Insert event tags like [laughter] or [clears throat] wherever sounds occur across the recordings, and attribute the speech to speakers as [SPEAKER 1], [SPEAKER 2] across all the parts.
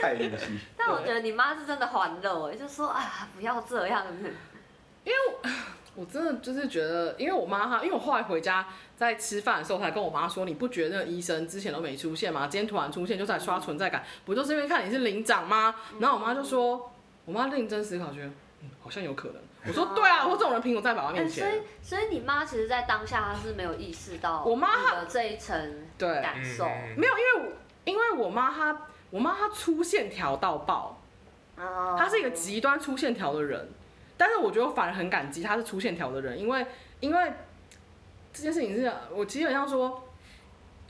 [SPEAKER 1] 太入戏。
[SPEAKER 2] 但我觉得你妈是真的还肉哎，就说啊不要这样子，
[SPEAKER 3] 我真的就是觉得，因为我妈她，因为我后来回家在吃饭的时候，才跟我妈说，你不觉得那个医生之前都没出现吗？今天突然出现，就是来刷存在感，不就是因为看你是领长吗？
[SPEAKER 2] 嗯
[SPEAKER 3] 然后我妈就说，我妈认真思考，觉得、嗯、好像有可能。我说对啊，我说这种人凭我在爸爸面
[SPEAKER 2] 哎所
[SPEAKER 3] 前
[SPEAKER 2] 以，所以你妈其实，在当下她是没有意识到
[SPEAKER 3] 我妈
[SPEAKER 2] 你的这一层
[SPEAKER 3] 对，
[SPEAKER 2] 感受，
[SPEAKER 4] 嗯
[SPEAKER 3] 没有，因为我因为我妈她，我妈她粗线条到爆，
[SPEAKER 4] 嗯
[SPEAKER 2] 哦
[SPEAKER 3] 她是一个极端粗线条的人，但是我觉得我反而很感激她是粗线条的人，因为因为这件事情是我基本上说，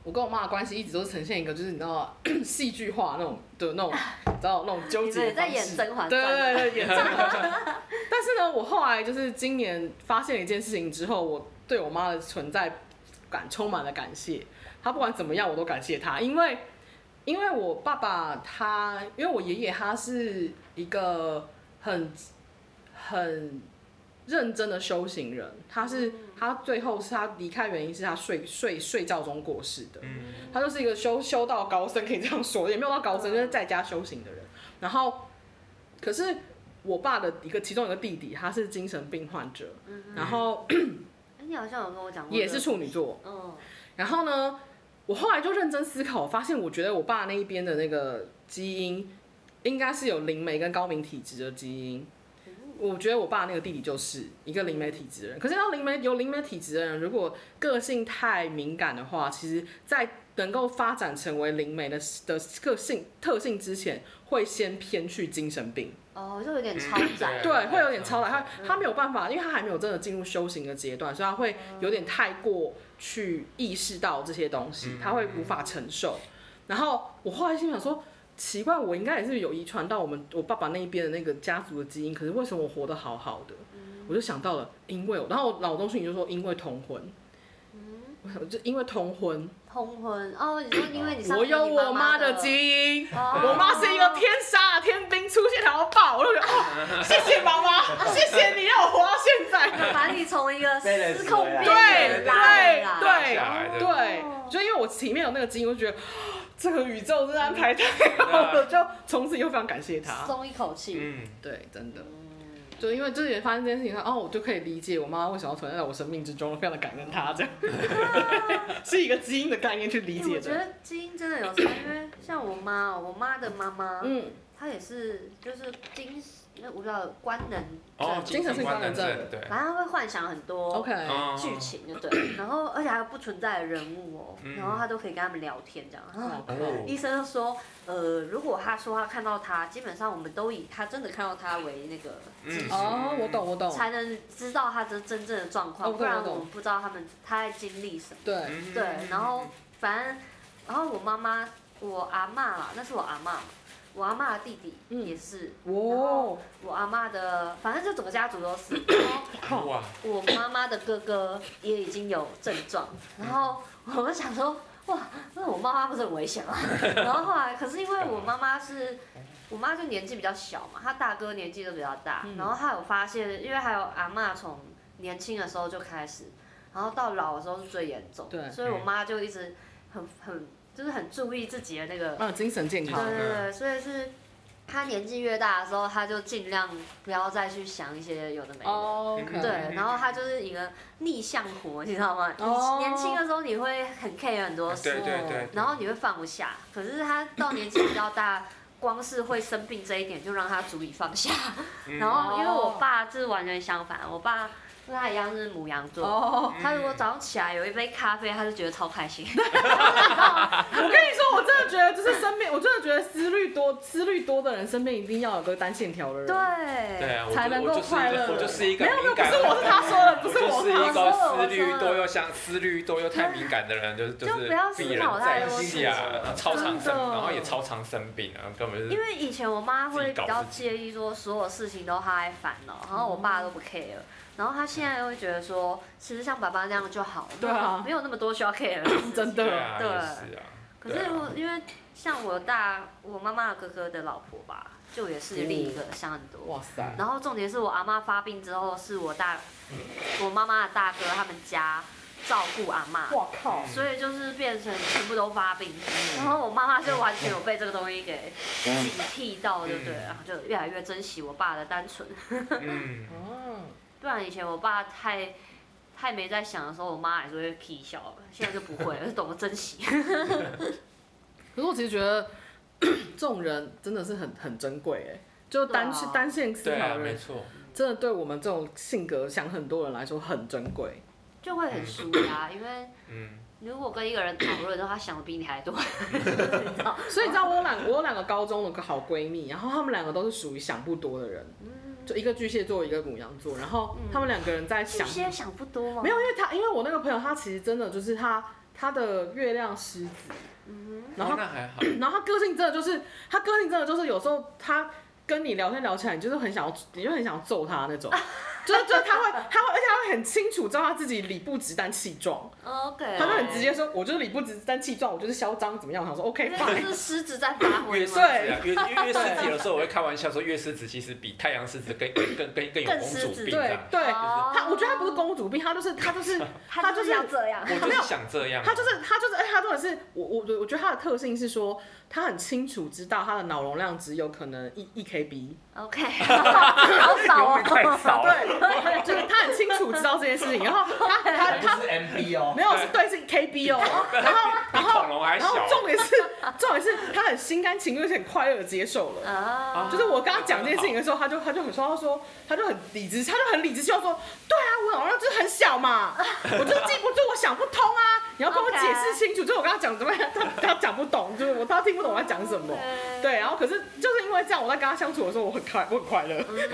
[SPEAKER 3] 我跟我妈的关系一直都是呈现一个就是你知道 [clears throat] 戏剧化那种的那种，你知道那种纠
[SPEAKER 2] 你们
[SPEAKER 3] 结
[SPEAKER 2] 也
[SPEAKER 3] 的
[SPEAKER 2] 在
[SPEAKER 3] 方
[SPEAKER 2] 演
[SPEAKER 3] 式
[SPEAKER 2] 《甄嬛传》啊
[SPEAKER 3] 对对
[SPEAKER 2] 吗，
[SPEAKER 3] 对对，演 [laughs] 但是呢，我后来就是今年发现了一件事情之后，我对我妈的存在感充满了感谢。她不管怎么样，我都感谢她，因为因为我爸爸他，因为我爷爷他是一个很很认真的修行人，他是他最后是他离开原因是他睡睡睡觉中过世的。
[SPEAKER 4] 嗯
[SPEAKER 3] 他就是一个修修到高僧，可以这样说，也没有到高僧，就是在家修行的人。然后，可是我爸的一个其中一个弟弟，他是精神病患者，然后
[SPEAKER 2] 哎你好像有跟我讲过，
[SPEAKER 3] 也是，处女座。
[SPEAKER 2] 嗯，
[SPEAKER 3] 然后呢，我后来就认真思考，我发现我觉得我爸那一边的那个基因，应该是有灵媒跟高敏体质的基因。我觉得我爸那个弟弟就是一个灵媒体质的人，可是要灵媒有灵媒体质的人，如果个性太敏感的话，其实，在能够发展成为灵媒的的个性特性之前，会先偏去精神病。
[SPEAKER 2] 哦，就有点超
[SPEAKER 4] 嗯
[SPEAKER 2] 载，
[SPEAKER 3] 对，会有点超载，他他没有办法，因为他还没有真的进入修行的阶段，所以他会有点太过去意识到这些东西
[SPEAKER 4] 嗯，
[SPEAKER 3] 他会无法承受。然后我后来心想说，奇怪，我应该也是有遗传到我们我爸爸那一边的那个家族的基因，可是为什么我活得好好的？我就想到了，因为我，然后我脑中心里就说，因为同婚，我想就因为同婚，
[SPEAKER 2] 通婚哦，你说因为你上
[SPEAKER 3] 我
[SPEAKER 2] 次
[SPEAKER 3] 有
[SPEAKER 2] 跟你
[SPEAKER 3] 我
[SPEAKER 2] 妈
[SPEAKER 3] 妈的基因。
[SPEAKER 2] 哦
[SPEAKER 3] 我妈是一个天杀的天兵，出现条爆，我就觉得哦，谢谢妈妈，谢谢你让我活到现在。
[SPEAKER 2] 把你从一个失控边
[SPEAKER 3] 对
[SPEAKER 2] 缘拉回来，
[SPEAKER 3] 对
[SPEAKER 4] 下来的
[SPEAKER 3] 对，就因为我体面有那个基因，我就觉得哦这个宇宙真的安排太好了，就从此又非常感谢他。
[SPEAKER 2] 松一口气。
[SPEAKER 4] 嗯，
[SPEAKER 3] 对，真的。就因为这也发生这件事情，哦，我就可以理解我妈为什么要存在在我生命之中，非常的感恩她，这样
[SPEAKER 4] 嗯
[SPEAKER 2] [laughs]
[SPEAKER 3] 是一个基因的概念去理
[SPEAKER 2] 哎
[SPEAKER 3] 解
[SPEAKER 2] 我觉
[SPEAKER 3] 的。
[SPEAKER 2] 得基因真的有差，因为像我妈哦，我妈的妈妈，
[SPEAKER 3] 嗯，
[SPEAKER 2] 她也是就是精，那我不知道官能
[SPEAKER 4] 哦，
[SPEAKER 2] 症，
[SPEAKER 3] 精神性
[SPEAKER 4] 官
[SPEAKER 3] 官
[SPEAKER 4] 能
[SPEAKER 3] 能症
[SPEAKER 4] 对，
[SPEAKER 2] 反正她会幻想很多
[SPEAKER 3] OK，
[SPEAKER 4] 哦
[SPEAKER 2] 呃剧，情，就对。然后而且还有不存在的人物哦，
[SPEAKER 4] 嗯
[SPEAKER 2] 然后她都可以跟他们聊天这样。啊
[SPEAKER 3] 好
[SPEAKER 4] 哦
[SPEAKER 2] 医生就说，呃，如果他说他看到他，基本上我们都以他真的看到他为那个基
[SPEAKER 4] 嗯
[SPEAKER 3] 哦，我懂，我懂，
[SPEAKER 2] 才能知道他的真正的状
[SPEAKER 3] 哦
[SPEAKER 2] 况，
[SPEAKER 3] 我懂
[SPEAKER 2] 不然
[SPEAKER 3] 我懂
[SPEAKER 2] 我们不知道他们他在经历什么。
[SPEAKER 3] 对，
[SPEAKER 4] 嗯
[SPEAKER 2] 对，然后反正，然后我妈妈，我阿嬷啦，那是我阿嬷，我阿嬷的弟弟
[SPEAKER 3] 嗯
[SPEAKER 2] 也是，
[SPEAKER 3] 哇，
[SPEAKER 2] 我阿嬷的，反正就整个家族都
[SPEAKER 4] [coughs]
[SPEAKER 2] 是。然后
[SPEAKER 4] 哇，
[SPEAKER 2] 我妈妈的哥哥也已经有症状，然后我们想说，哇，那我妈妈不是很危险
[SPEAKER 3] [laughs]
[SPEAKER 2] 吗？然后后来，可是因为我妈妈是，我妈就年纪比较小嘛，她大哥年纪都比较大，
[SPEAKER 3] 嗯
[SPEAKER 2] 然后她有发现，因为还有阿嬷从年轻的时候就开始，然后到老的时候是最严重，
[SPEAKER 3] 对嗯
[SPEAKER 2] 所以我妈就一直很很就是很注意自己的那个
[SPEAKER 3] 嗯，精神健康
[SPEAKER 2] 对，对对，所以是他年纪越大的时候，他就尽量不要再去想一些有的没的。
[SPEAKER 3] 哦，OK，
[SPEAKER 4] 嗯
[SPEAKER 2] 对，然后他就是一个逆向活，你知道吗？
[SPEAKER 3] 哦
[SPEAKER 2] 你年轻的时候你会很 care 很多
[SPEAKER 4] 对
[SPEAKER 2] 事，
[SPEAKER 4] 对对，
[SPEAKER 2] 然后你会放不下。可是他到年纪比较大，光是会生病这一点就让他足以放下。
[SPEAKER 4] 嗯
[SPEAKER 2] 然后因为我爸是完全相反，我爸跟他一样是母羊座。
[SPEAKER 4] 嗯
[SPEAKER 3] 哦，
[SPEAKER 2] 他如果早上起来有一杯咖啡，他就觉得超开心。
[SPEAKER 3] 我跟你说，我真的觉得就是身边，我真的觉得思虑多、思虑多的人身边一定要有个单线条的人，
[SPEAKER 2] 对，
[SPEAKER 4] 对啊，我
[SPEAKER 3] 才
[SPEAKER 4] 就
[SPEAKER 3] 能
[SPEAKER 4] 我
[SPEAKER 3] 够
[SPEAKER 4] 就是一
[SPEAKER 3] 快
[SPEAKER 4] 个
[SPEAKER 3] 乐
[SPEAKER 4] 我就是一个
[SPEAKER 3] 没有没有，
[SPEAKER 4] 敏
[SPEAKER 3] 不
[SPEAKER 4] 感
[SPEAKER 3] 是我是他说的，不是
[SPEAKER 4] 就是
[SPEAKER 3] 我，
[SPEAKER 4] 一
[SPEAKER 2] 我说
[SPEAKER 4] 个
[SPEAKER 2] 了
[SPEAKER 4] 思
[SPEAKER 2] 我
[SPEAKER 4] 虑
[SPEAKER 2] 说
[SPEAKER 4] 多
[SPEAKER 2] 了
[SPEAKER 4] 又像思虑多又太敏感的人，就是
[SPEAKER 2] 就是不要思
[SPEAKER 4] 必人
[SPEAKER 2] 考太
[SPEAKER 4] 在
[SPEAKER 2] 多事
[SPEAKER 4] 下，超常生，
[SPEAKER 3] 真的
[SPEAKER 4] 然后也超常生病啊，根本就是
[SPEAKER 2] 因为以前我妈会比较介意说所有事情都她来烦恼，
[SPEAKER 3] 嗯
[SPEAKER 2] 然后我爸都不 care，然后她现在会觉得说，其实像爸爸那样就好，
[SPEAKER 3] 对啊
[SPEAKER 2] 没有那么多需要 care 的事情。
[SPEAKER 3] [coughs] 真
[SPEAKER 4] 对
[SPEAKER 3] 的，
[SPEAKER 4] 啊，
[SPEAKER 2] 对
[SPEAKER 4] 也是啊。
[SPEAKER 2] 可是我因为像我大我妈妈的哥哥的老婆吧，就也是另一个像很多。
[SPEAKER 3] 哇塞，
[SPEAKER 2] 然后重点是我阿妈发病之后，是我大我妈妈的大哥他们家照顾阿妈，
[SPEAKER 3] 哇嗯靠！
[SPEAKER 2] 所以就是变成全部都发病，然后我妈妈就完全有被这个东西给警惕到，对不对？
[SPEAKER 4] 嗯
[SPEAKER 2] 然后就越来越珍惜我爸的单纯，
[SPEAKER 4] 嗯，
[SPEAKER 3] 嗯，
[SPEAKER 2] 不然以前我爸太太没在想的时候，我妈还是会皮笑了，现在就不会了，就懂得珍惜。 [laughs]
[SPEAKER 3] 可是我其实觉得 [coughs] 这种人真的是很很珍贵哎，就单
[SPEAKER 2] 对啊
[SPEAKER 3] 单线 [laughs] 思
[SPEAKER 4] 对
[SPEAKER 3] 考
[SPEAKER 4] 啊，
[SPEAKER 3] 的
[SPEAKER 4] 没
[SPEAKER 3] 人，
[SPEAKER 4] 错，
[SPEAKER 3] 真的对我们这种性格想很多人来说很珍贵。
[SPEAKER 2] 就会很舒压，因为
[SPEAKER 4] 嗯，
[SPEAKER 2] 如果跟一个人讨论的话，他想的比你还多。
[SPEAKER 3] 所以你知道我有两我有两个高中的好闺蜜，然后她们两个都是属于想不多的人，就一个巨蟹座，一个母羊座，然后她们两个人在
[SPEAKER 2] 嗯巨
[SPEAKER 3] 想，
[SPEAKER 2] 蟹想不多吗？
[SPEAKER 3] 没有，因为她因为我那个朋友她其实真的就是她她的月亮狮子，
[SPEAKER 2] 嗯
[SPEAKER 3] 然后
[SPEAKER 4] 哦那还好，
[SPEAKER 3] 然后他个性真的就是，他个性真的就是有时候他跟你聊天聊起来，你就是很想要，你就很想要揍他那种，
[SPEAKER 2] [laughs]
[SPEAKER 3] 就是就是他会他会，而且他会很清楚知道他自己理不直但气壮，
[SPEAKER 2] ，OK，
[SPEAKER 3] 他就很直接说，我就是理不直但气壮，我就是嚣张怎么样？我想说 OK
[SPEAKER 2] 因为 [laughs]
[SPEAKER 3] fine，
[SPEAKER 2] 这是狮子在发挥
[SPEAKER 4] 月狮
[SPEAKER 2] 吗
[SPEAKER 4] 子啊，月月月狮子有时候我会开玩笑说，月狮子其实比太阳狮子更 [coughs] 更更更有
[SPEAKER 2] 更
[SPEAKER 4] 公
[SPEAKER 2] 狮
[SPEAKER 4] 主
[SPEAKER 2] 子
[SPEAKER 4] 病啊这
[SPEAKER 3] 对
[SPEAKER 4] 样，
[SPEAKER 3] 对，
[SPEAKER 2] 哦
[SPEAKER 3] 他我觉得他不是公主病，他就是他就是
[SPEAKER 2] 他就是要这样。
[SPEAKER 4] 我就是想这样，
[SPEAKER 3] 他就是他就是，而且哎他真的是我我我觉得他的特性是说，他很清楚知道他的脑容量只有可能一一 KB，
[SPEAKER 2] OK，好
[SPEAKER 3] [laughs]
[SPEAKER 2] 啊少
[SPEAKER 4] 油
[SPEAKER 2] 哦
[SPEAKER 4] 费。太少了，
[SPEAKER 3] 对，就是他很清楚知道这件事情，然后他他他
[SPEAKER 1] 是 MB 哦，
[SPEAKER 3] 没有是对是 KB 哦，然后
[SPEAKER 4] 比
[SPEAKER 3] 然
[SPEAKER 4] 恐
[SPEAKER 3] 后
[SPEAKER 4] 龙还
[SPEAKER 3] 然后
[SPEAKER 4] 小，
[SPEAKER 3] 重点是重点是他很心甘情愿而且很快乐的接受了。
[SPEAKER 2] 啊
[SPEAKER 3] 就是我跟他讲这件事情的时候，他就他就很说，他说他就很理直，他就很理直气壮说，对啊，我好像就是很小嘛，我就记不住，我想不通啊，你要跟我解
[SPEAKER 2] OK
[SPEAKER 3] 释清楚。就是我跟他讲怎么样，他他讲不懂，就是我他听不懂我在讲什么。
[SPEAKER 2] OK
[SPEAKER 3] 对，然后可是就是因为这样，我在跟他相处的时候，我很快我很快乐。
[SPEAKER 4] 嗯
[SPEAKER 3] [laughs]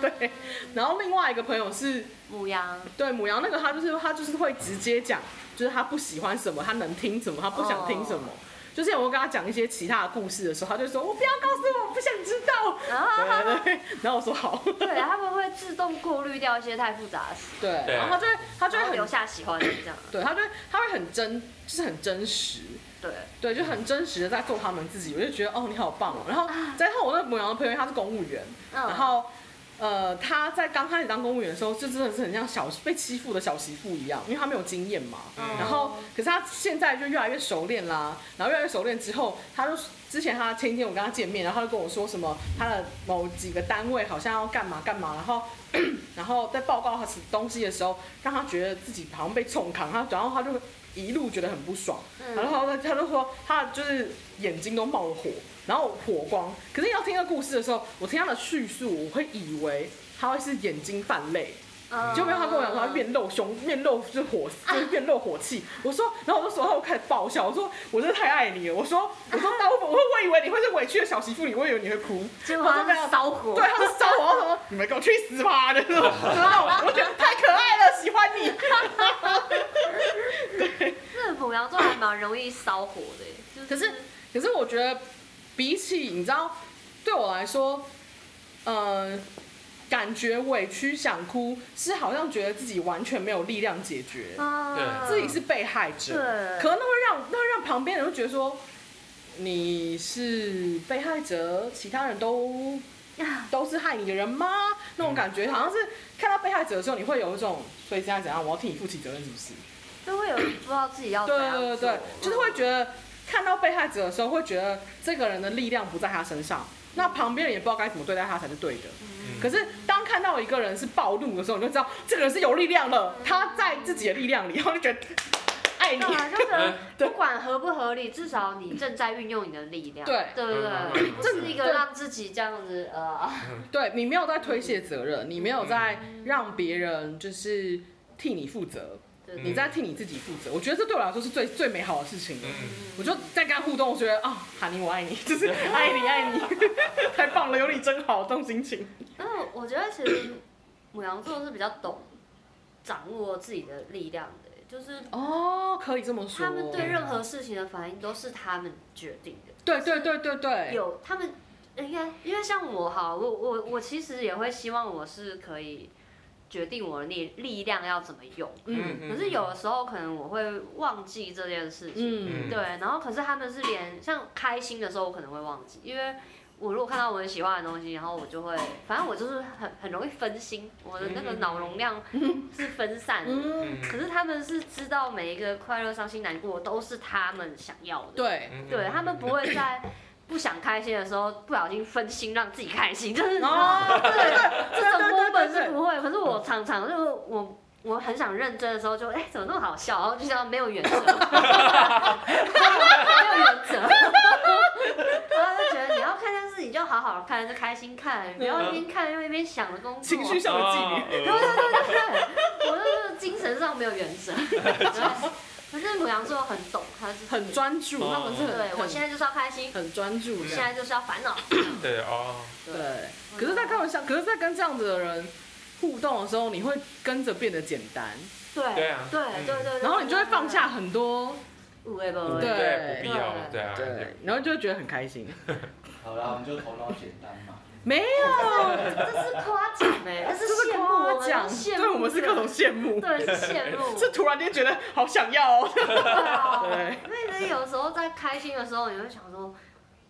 [SPEAKER 3] 对，然后另外一个朋友是
[SPEAKER 2] 母羊，
[SPEAKER 3] 对母羊那个他就是他就是会直接讲，就是他不喜欢什么，他能听什么，他不想听什么。就是我跟他讲一些其他的故事的时候，他就说：“我不要告诉我，我不想知道。”
[SPEAKER 2] 啊
[SPEAKER 3] 对对对，然后我说好，
[SPEAKER 2] 对，他们会自动过滤掉一些太复杂的事，
[SPEAKER 3] 对，然后他就会他就
[SPEAKER 2] 然后
[SPEAKER 3] 会
[SPEAKER 2] 留
[SPEAKER 3] 很，
[SPEAKER 2] 下喜欢的这样。
[SPEAKER 3] 对他就会他会很真，就是很真实，
[SPEAKER 2] 对，
[SPEAKER 3] 对，就很真实的在做他们自己，我就觉得哦你好棒哦。然后再后我那个母羊的朋友他是公务员，
[SPEAKER 2] 嗯，
[SPEAKER 3] 然后呃他在刚开始当公务员的时候，就真的是很像小被欺负的小媳妇一样，因为他没有经验嘛。
[SPEAKER 2] 嗯
[SPEAKER 3] 然后，可是他现在就越来越熟练啦。然后越来越熟练之后，他就之前他前一天我跟他见面，然后他就跟我说什么他的某几个单位好像要干嘛干嘛，然后然后在报告他东西的时候，让他觉得自己好像被冲扛，他然后他就一路觉得很不爽，
[SPEAKER 2] 嗯
[SPEAKER 3] 然后他他就说他就是眼睛都冒了火，然后火光。可是要听这个故事的时候，我听他的叙述，我会以为他会是眼睛泛泪。
[SPEAKER 2] 嗯
[SPEAKER 3] 就没有他跟我讲说他面露凶，面露就是火，就是面露火气。我说，然后我就说，然后我开始爆笑，我说我真的太爱你了。我说，我说大部分我会我以为你会是委屈的小媳妇，你我以为你会哭，
[SPEAKER 2] 结果
[SPEAKER 3] 他就
[SPEAKER 2] 他
[SPEAKER 3] 这样
[SPEAKER 2] 是烧火，
[SPEAKER 3] [laughs] 对，他就烧我，他说你们给我去死吧， [laughs] 就是那种就是那种，我觉得太可爱了，喜欢 [laughs] 你。
[SPEAKER 2] 这母羊座还蛮容易烧火的耶，就
[SPEAKER 3] 可是可是我觉得比起你知道，对我来说，呃，感觉委屈想哭是好像觉得自己完全没有力量解决，
[SPEAKER 2] 啊，
[SPEAKER 4] 对
[SPEAKER 3] 自己是被害者。
[SPEAKER 2] 对，
[SPEAKER 3] [laughs] 可能那会让那会让旁边人会觉得说你是被害者，其他人都都是害你的人吗？那种感觉好像是看到被害者的时候，你会有一种所以现在怎样，我要替你负起责任，是不是？
[SPEAKER 2] 就会有不知道自
[SPEAKER 4] 哦
[SPEAKER 2] 己要怎
[SPEAKER 3] 对
[SPEAKER 4] 啊
[SPEAKER 2] 样
[SPEAKER 3] 对对
[SPEAKER 2] 做
[SPEAKER 3] 对，就是会觉得看到被害者的时候，会觉得这个人的力量不在他身上，那旁边人也不知道该怎么对待他才是对的。
[SPEAKER 4] 嗯
[SPEAKER 3] 可是当看到一个人是暴怒的时候，你就知道这个人是有力量的，
[SPEAKER 4] 嗯
[SPEAKER 3] 他在自己的力量里，然后就觉得爱你
[SPEAKER 2] 对。啊，就觉得
[SPEAKER 4] 嗯
[SPEAKER 2] 不管合不合理，至少你正在运用你的力量，
[SPEAKER 3] 对
[SPEAKER 2] 对不
[SPEAKER 4] 嗯
[SPEAKER 2] 对？不是
[SPEAKER 3] 对
[SPEAKER 2] 一个让自己这样子呃，
[SPEAKER 3] [laughs] 对你没有在推卸责任，你没有在让别人就是替你负责，
[SPEAKER 2] 对
[SPEAKER 4] 嗯
[SPEAKER 2] 对
[SPEAKER 3] 你在替你自己负责。我觉得这对我来说是最最美好的事情了。
[SPEAKER 4] 嗯，
[SPEAKER 3] 我就在跟他互动，我觉得啊，哈尼我爱你， [laughs]
[SPEAKER 4] [laughs]
[SPEAKER 3] 就是爱你爱你， [laughs] 太棒了，有你真好，这种心情。
[SPEAKER 2] 但是我觉得其实母羊座是比较懂掌握自己的力量的，就是
[SPEAKER 3] 哦，可以这么说。
[SPEAKER 2] 他们对任何事情的反应都是他们决定的，
[SPEAKER 3] 对对对对对，
[SPEAKER 2] 有他们应该因为像我哈，我我我其实也会希望我是可以决定我的力力量要怎么用。
[SPEAKER 3] 嗯
[SPEAKER 2] 可是有的时候可能我会忘记这件事情，
[SPEAKER 3] 嗯
[SPEAKER 4] 嗯
[SPEAKER 2] 对，然后可是他们是连像开心的时候我可能会忘记，因为我如果看到我很喜欢的东西，然后我就会，反正我就是很很容易分心，我的那个脑容量是分散的。
[SPEAKER 3] 嗯，
[SPEAKER 4] 嗯
[SPEAKER 2] 可是他们是知道每一个快乐、伤心、难过都是他们想要的，
[SPEAKER 3] 对。
[SPEAKER 4] 嗯
[SPEAKER 2] 对他们不会在不想开心的时候不小心分心让自己开心， [laughs] 就是
[SPEAKER 3] 哦，对对对
[SPEAKER 2] 这种
[SPEAKER 3] 对
[SPEAKER 2] 我
[SPEAKER 3] 对
[SPEAKER 2] 本
[SPEAKER 3] 对
[SPEAKER 2] 是
[SPEAKER 3] 对，
[SPEAKER 2] 不会，可是我常常就是我我很想认真的时候就哎、怎么那么好笑，然后就像没有
[SPEAKER 3] [laughs]
[SPEAKER 2] 原则，没有原则，然后就觉得你要看电视你就好好看，就开心看，不要一边看又一边想着工作。
[SPEAKER 3] 嗯情绪
[SPEAKER 2] 对
[SPEAKER 3] 上的妓女。
[SPEAKER 4] 哦
[SPEAKER 2] 对对对，我就是精神上没有原
[SPEAKER 3] [laughs]
[SPEAKER 2] 则。对可是母羊座很懂，他是
[SPEAKER 3] 很专注，
[SPEAKER 4] 哦
[SPEAKER 3] 他们是
[SPEAKER 2] 对我
[SPEAKER 3] 很
[SPEAKER 2] 现在就是要开心，
[SPEAKER 3] 很专注这
[SPEAKER 2] 现
[SPEAKER 3] 样。
[SPEAKER 2] 在就是要烦恼。
[SPEAKER 4] 对哦，
[SPEAKER 3] 对，可是，在开玩笑，可是，在跟这样子的人互动的时候，你会跟着变得简单，
[SPEAKER 2] 对
[SPEAKER 4] 对啊
[SPEAKER 2] 对
[SPEAKER 4] 嗯
[SPEAKER 2] 对对，
[SPEAKER 3] 然后你就会放下很多，
[SPEAKER 2] 五位不
[SPEAKER 3] 对
[SPEAKER 4] 对，不必要，对啊，
[SPEAKER 3] 对，然后就会觉得很开心。
[SPEAKER 1] 好啦，我们就头脑简单嘛。
[SPEAKER 3] 没有，
[SPEAKER 2] 哦这是夸奖哎，这
[SPEAKER 3] 这
[SPEAKER 2] 是
[SPEAKER 3] 是
[SPEAKER 2] 羡慕，
[SPEAKER 3] 夸
[SPEAKER 2] 我们
[SPEAKER 3] 奖，
[SPEAKER 2] 都羡慕，
[SPEAKER 3] 对我们是各种，羡慕，
[SPEAKER 2] 对是羡慕，
[SPEAKER 3] [laughs] 是突然间觉得好想要哦。
[SPEAKER 2] 对啊 [laughs]
[SPEAKER 3] 对
[SPEAKER 2] 因为你有时候在开心的时候，你会想说，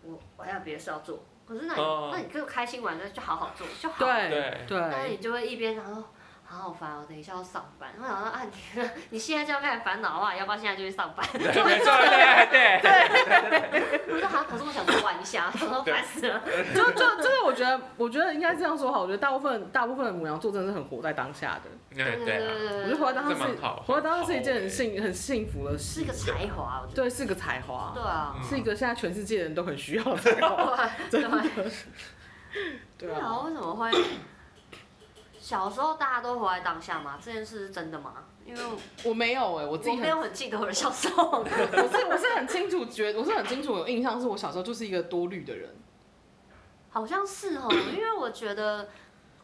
[SPEAKER 2] 我我还有别的事要做，可是那你
[SPEAKER 4] 哦
[SPEAKER 2] 那你就开心完了就好好做就好，
[SPEAKER 3] 对
[SPEAKER 4] 对
[SPEAKER 2] 但是
[SPEAKER 3] 对
[SPEAKER 2] 你就会一边想说。好好烦哦，等一下要上班。我想说啊，你你现在就要开始烦恼啊，要不然现在就去上班。
[SPEAKER 4] 对，没错，对对对，
[SPEAKER 2] 我说好，可是我想玩一下，我说烦死了。
[SPEAKER 3] 就就就是我觉得，我觉得应该这样说好。我觉得大部分大部分的母羊座真的是很活在当下的，
[SPEAKER 4] 对
[SPEAKER 2] 对
[SPEAKER 4] 对啊，
[SPEAKER 2] 对
[SPEAKER 3] 我觉得活在
[SPEAKER 2] 对，
[SPEAKER 3] 当下
[SPEAKER 4] 这
[SPEAKER 3] 是
[SPEAKER 4] 蛮好
[SPEAKER 3] 活在当下是一件
[SPEAKER 4] 好
[SPEAKER 3] 很
[SPEAKER 4] 欸
[SPEAKER 3] 幸很幸福的事
[SPEAKER 2] 是个，才华，我觉得。
[SPEAKER 3] 对，是个才华
[SPEAKER 2] 对，啊，
[SPEAKER 3] 是一个现在全世界人都很需要的才华，
[SPEAKER 2] 对
[SPEAKER 3] [laughs] 真的啊
[SPEAKER 2] 对。
[SPEAKER 3] 对
[SPEAKER 2] 对啊，
[SPEAKER 3] 啊，
[SPEAKER 2] 为什么会？小时候大家都活在当下吗？这件事是真的吗？因为我
[SPEAKER 3] 我没有哎、我自己
[SPEAKER 2] 没
[SPEAKER 3] 很，
[SPEAKER 2] 有很记得我的小时
[SPEAKER 3] [laughs]
[SPEAKER 2] 候。
[SPEAKER 3] 我是我是很清楚觉得，我是很清楚有印象，是我小时候就是一个多虑的人，
[SPEAKER 2] 好像是哦，因为我觉得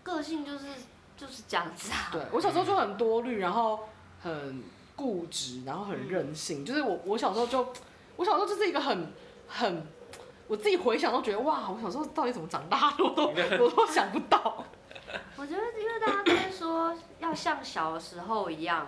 [SPEAKER 2] 个性就是就是这样子啊。
[SPEAKER 3] 对我小时候就很多虑，然后很固执，然后
[SPEAKER 2] 嗯
[SPEAKER 3] 很任性，就是我我小时候就，我小时候就是一个很很，我自己回想都觉得哇，我小时候到底怎么长大的，我都我都想不到，
[SPEAKER 2] 我觉得因为大家都会说要像小的时候一样。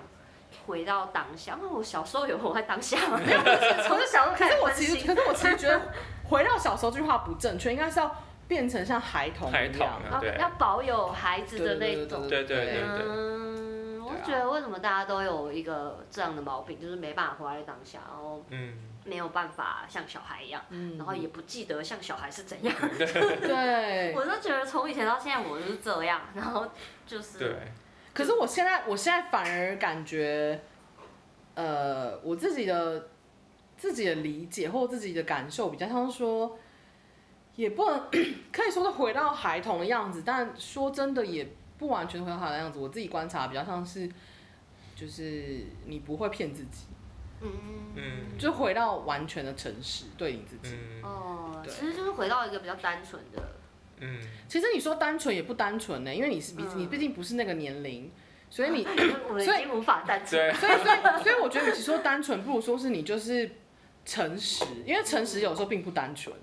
[SPEAKER 2] 回到当下，那我小时候有活在当下
[SPEAKER 3] [laughs]
[SPEAKER 2] 吗？ [laughs] 从小时候
[SPEAKER 3] 可
[SPEAKER 2] 开
[SPEAKER 3] 是
[SPEAKER 2] 始
[SPEAKER 3] 我
[SPEAKER 2] 分
[SPEAKER 3] 其实
[SPEAKER 2] 心。
[SPEAKER 3] 可是我其实觉得回到小时候这句话不正确，应该是要变成像孩童
[SPEAKER 4] 孩
[SPEAKER 3] 一
[SPEAKER 4] 童
[SPEAKER 3] 样。
[SPEAKER 4] 啊
[SPEAKER 2] 要
[SPEAKER 4] 对
[SPEAKER 2] 要保有孩子的那种
[SPEAKER 4] 对对对对
[SPEAKER 2] 嗯，我
[SPEAKER 3] 对啊
[SPEAKER 2] 觉得为什么大家都有一个这样的毛病，就是没办法活在当下，然后
[SPEAKER 4] 嗯，
[SPEAKER 2] 没有办法像小孩一样，
[SPEAKER 3] 嗯
[SPEAKER 2] 然后也不记得像小孩是怎样。
[SPEAKER 3] 对，
[SPEAKER 2] [laughs] 我就觉得从以前到现在我就是这样，然后就是
[SPEAKER 4] 对，
[SPEAKER 3] 可是我现在，我现在反而感觉，呃，我自己的自己的理解或自己的感受比较像是说，也不能 [clears throat] 可以说是回到孩童的样子，但说真的也不完全回到孩童的样子。我自己观察比较像是，就是你不会骗自己，
[SPEAKER 2] 嗯
[SPEAKER 4] 嗯
[SPEAKER 3] 就回到完全的诚实对你自己。
[SPEAKER 4] 嗯
[SPEAKER 2] 哦，
[SPEAKER 3] 对
[SPEAKER 2] 其实就是回到一个比较单纯的，
[SPEAKER 4] 嗯，
[SPEAKER 3] 其实你说单纯也不单纯呢、因为你是毕
[SPEAKER 2] 嗯
[SPEAKER 3] 你毕竟不是那个年龄，所以你
[SPEAKER 2] 我们已经无法单纯。啊
[SPEAKER 4] 对，
[SPEAKER 3] 所以，所以，所以我觉得，与其说单纯，不如说是你就是诚实，因为诚实有时候并不单纯。
[SPEAKER 2] 啊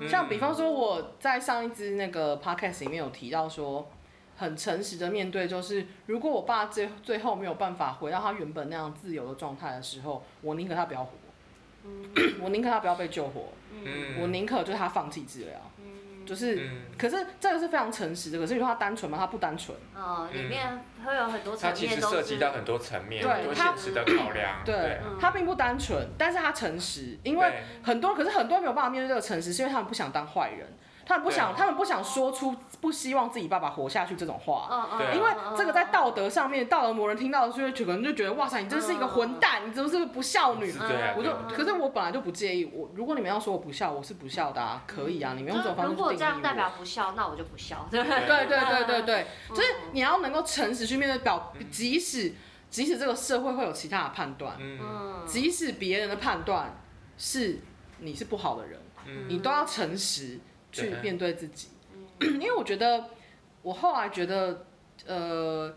[SPEAKER 4] 嗯
[SPEAKER 3] 像比方说，我在上一支那个 podcast 里面有提到说，很诚实的面对，就是如果我爸最最后没有办法回到他原本那样自由的状态的时候，我宁可他不要活， [coughs]
[SPEAKER 2] 嗯
[SPEAKER 3] 我宁可他不要被救活，
[SPEAKER 2] 嗯
[SPEAKER 3] 我宁可就是他放弃治疗，
[SPEAKER 2] 嗯，
[SPEAKER 3] 就是。
[SPEAKER 4] 嗯，
[SPEAKER 3] 可是这个是非常诚实的，可是你说他单纯吗？他不单纯。
[SPEAKER 2] 哦，里面会有很多层
[SPEAKER 4] 嗯它其
[SPEAKER 2] 面
[SPEAKER 4] 实
[SPEAKER 2] 都
[SPEAKER 4] 涉
[SPEAKER 2] 是
[SPEAKER 4] 及到很多层面，
[SPEAKER 3] 对
[SPEAKER 4] 很多现实的考量，
[SPEAKER 3] 对
[SPEAKER 4] 对，
[SPEAKER 2] 嗯
[SPEAKER 3] 他并不单纯，但是他诚实，因为很多，可是很多人没有办法面对这个诚实，是因为他们不想当坏人，他们不想，
[SPEAKER 4] 对
[SPEAKER 3] 他们不想说出不希望自己爸爸活下去这种话，
[SPEAKER 2] 嗯，嗯
[SPEAKER 4] 对啊
[SPEAKER 3] 因为这个在道德上面，道德魔人听到就会觉得，就觉得哇塞，你真是一个混蛋，你怎么是个不孝女
[SPEAKER 4] 是？对啊
[SPEAKER 3] 我就
[SPEAKER 4] 嗯，
[SPEAKER 3] 可是我本来就不介意，我如果你们要说我不孝，我是不孝的啊，可以啊，你们用这种方式
[SPEAKER 2] 如
[SPEAKER 3] 去定义我。
[SPEAKER 2] 果这样代表不孝，那我就不孝，对不对？
[SPEAKER 3] 对对对对对，
[SPEAKER 2] 嗯
[SPEAKER 3] 就是你要能够诚实去面对表，即使嗯即使这个社会会有其他的判断，
[SPEAKER 4] 嗯
[SPEAKER 2] 嗯，
[SPEAKER 3] 即使别人的判断是你是不好的人，
[SPEAKER 4] 嗯
[SPEAKER 3] 你都要诚实去
[SPEAKER 4] 对
[SPEAKER 3] 面对自己。 [clears throat] 因为我觉得，我后来觉得，呃，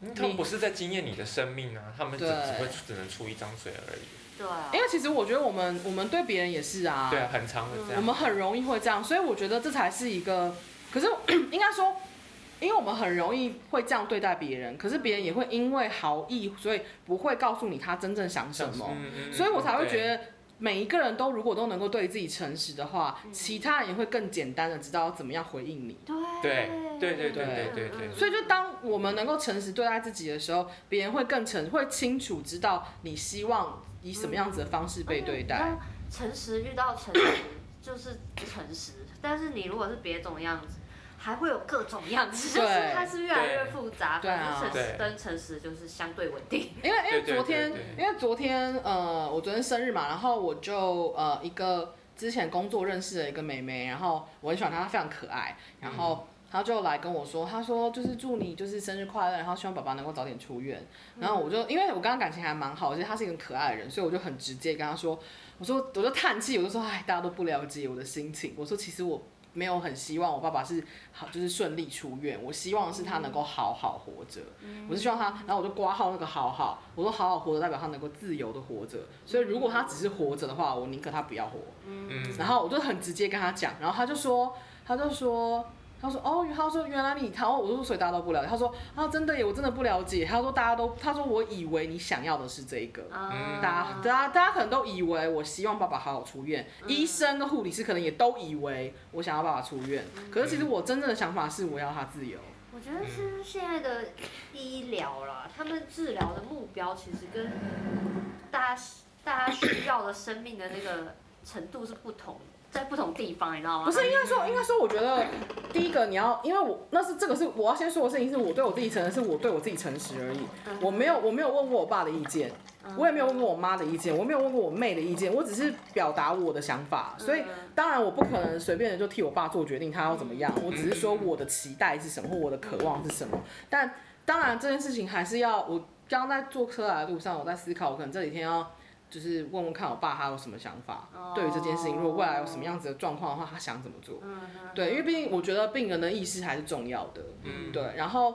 [SPEAKER 4] 嗯，他们不是在经验你的生命啊，他们只
[SPEAKER 3] 对
[SPEAKER 4] 只会只能出一张嘴而已，
[SPEAKER 2] 对啊，
[SPEAKER 3] 因为其实我觉得我们我们对别人也是啊，
[SPEAKER 4] 对啊，很常会这
[SPEAKER 3] 我 [clears throat]
[SPEAKER 4] 样，
[SPEAKER 3] 们很容易会这样，所以我觉得这才是一个，可是应该说，因为我们很容易会这样对待别人，可是别人也会因为好意，所以不会告诉你他真正想什么。
[SPEAKER 4] 嗯嗯
[SPEAKER 3] 所以我才会
[SPEAKER 4] 对
[SPEAKER 3] 觉得，每一个人都如果都能够对自己诚实的话，
[SPEAKER 2] 嗯
[SPEAKER 3] 其他人也会更简单的知道怎么样回应你。
[SPEAKER 4] 对
[SPEAKER 2] 对
[SPEAKER 4] 对对
[SPEAKER 3] 对对
[SPEAKER 4] 对对
[SPEAKER 3] 所以，就当我们能够诚实对待自己的时候，别人会更诚，会清楚知道你希望以什么样子的方式被对待。。
[SPEAKER 4] 嗯
[SPEAKER 2] 嗯诚实遇到诚实就是诚实，但是你如果是别种样子，还会有各种样子，就
[SPEAKER 3] 对
[SPEAKER 2] 是它是越来越
[SPEAKER 4] 对
[SPEAKER 2] 复杂。
[SPEAKER 3] 对啊
[SPEAKER 2] 反正诚实
[SPEAKER 4] 对
[SPEAKER 2] 跟诚实就是相对稳定。
[SPEAKER 3] 因为因为
[SPEAKER 4] 对对
[SPEAKER 3] 昨天
[SPEAKER 4] 对，
[SPEAKER 3] 因为昨天呃，我昨天生日嘛，然后我就呃一个之前工作认识的一个妹妹，然后我很喜欢她，她非常可爱，然
[SPEAKER 4] 嗯
[SPEAKER 3] 后。她就来跟我说，她说就是祝你就是生日快乐，然后希望爸爸能够早点出院。然后我就因为我跟她感情还蛮好，我觉得她是一个很可爱的人，所以我就很直接跟她说，我说我就叹气，我就说哎，大家都不了解我的心情。我说其实我没有很希望我爸爸是好，就是顺利出院，我希望是他能够好好活着。
[SPEAKER 2] 嗯
[SPEAKER 3] 我是希望他，然后我就挂号那个好好，我说好好活着代表他能够自由的活着，所以如果他只是活着的话，我宁可他不要活。
[SPEAKER 4] 嗯
[SPEAKER 3] 然后我就很直接跟他讲，然后他就说，他就说。他说哦，他说原来你，他我说所以大家都不了解。他说啊，真的耶，我真的不了解。他说大家都，他说我以为你想要的是这一个，
[SPEAKER 2] 啊
[SPEAKER 3] 大家大家大家可能都以为我希望爸爸好好出院，医生跟护理师可能也都以为我想要爸爸出院，可是其实我真正的想法是我要他自由。
[SPEAKER 2] 我觉得是现在的医疗啦，他们治疗的目标其实跟大家大家需要的生命的那个程度是不同，在不同地方，你知道吗？
[SPEAKER 3] 不是，应该说，应该说，我觉得第一个你要，因为我那是这个是我要先说的事情，是我对我自己诚实，是我对我自己诚实而已。
[SPEAKER 2] 嗯
[SPEAKER 3] 我没有，我没有问过我爸的意见，我也没有问过我妈的意见，我没有问过我妹的意见，我只是表达我的想法。所以
[SPEAKER 2] 嗯
[SPEAKER 3] 当然我不可能随便的就替我爸做决定，他要怎么样，我只是说我的期待是什么，或我的渴望是什么。但当然这件事情还是要我刚刚在坐车来的路上，我在思考，我可能这几天要。就是问问看我爸他有什么想法，
[SPEAKER 2] 哦
[SPEAKER 3] 对于这件事情，如果未来有什么样子的状况的话，他想怎么做？
[SPEAKER 2] 嗯哼
[SPEAKER 3] 对，因为毕竟我觉得病人的意识还是重要的。
[SPEAKER 4] 嗯
[SPEAKER 3] 对，然后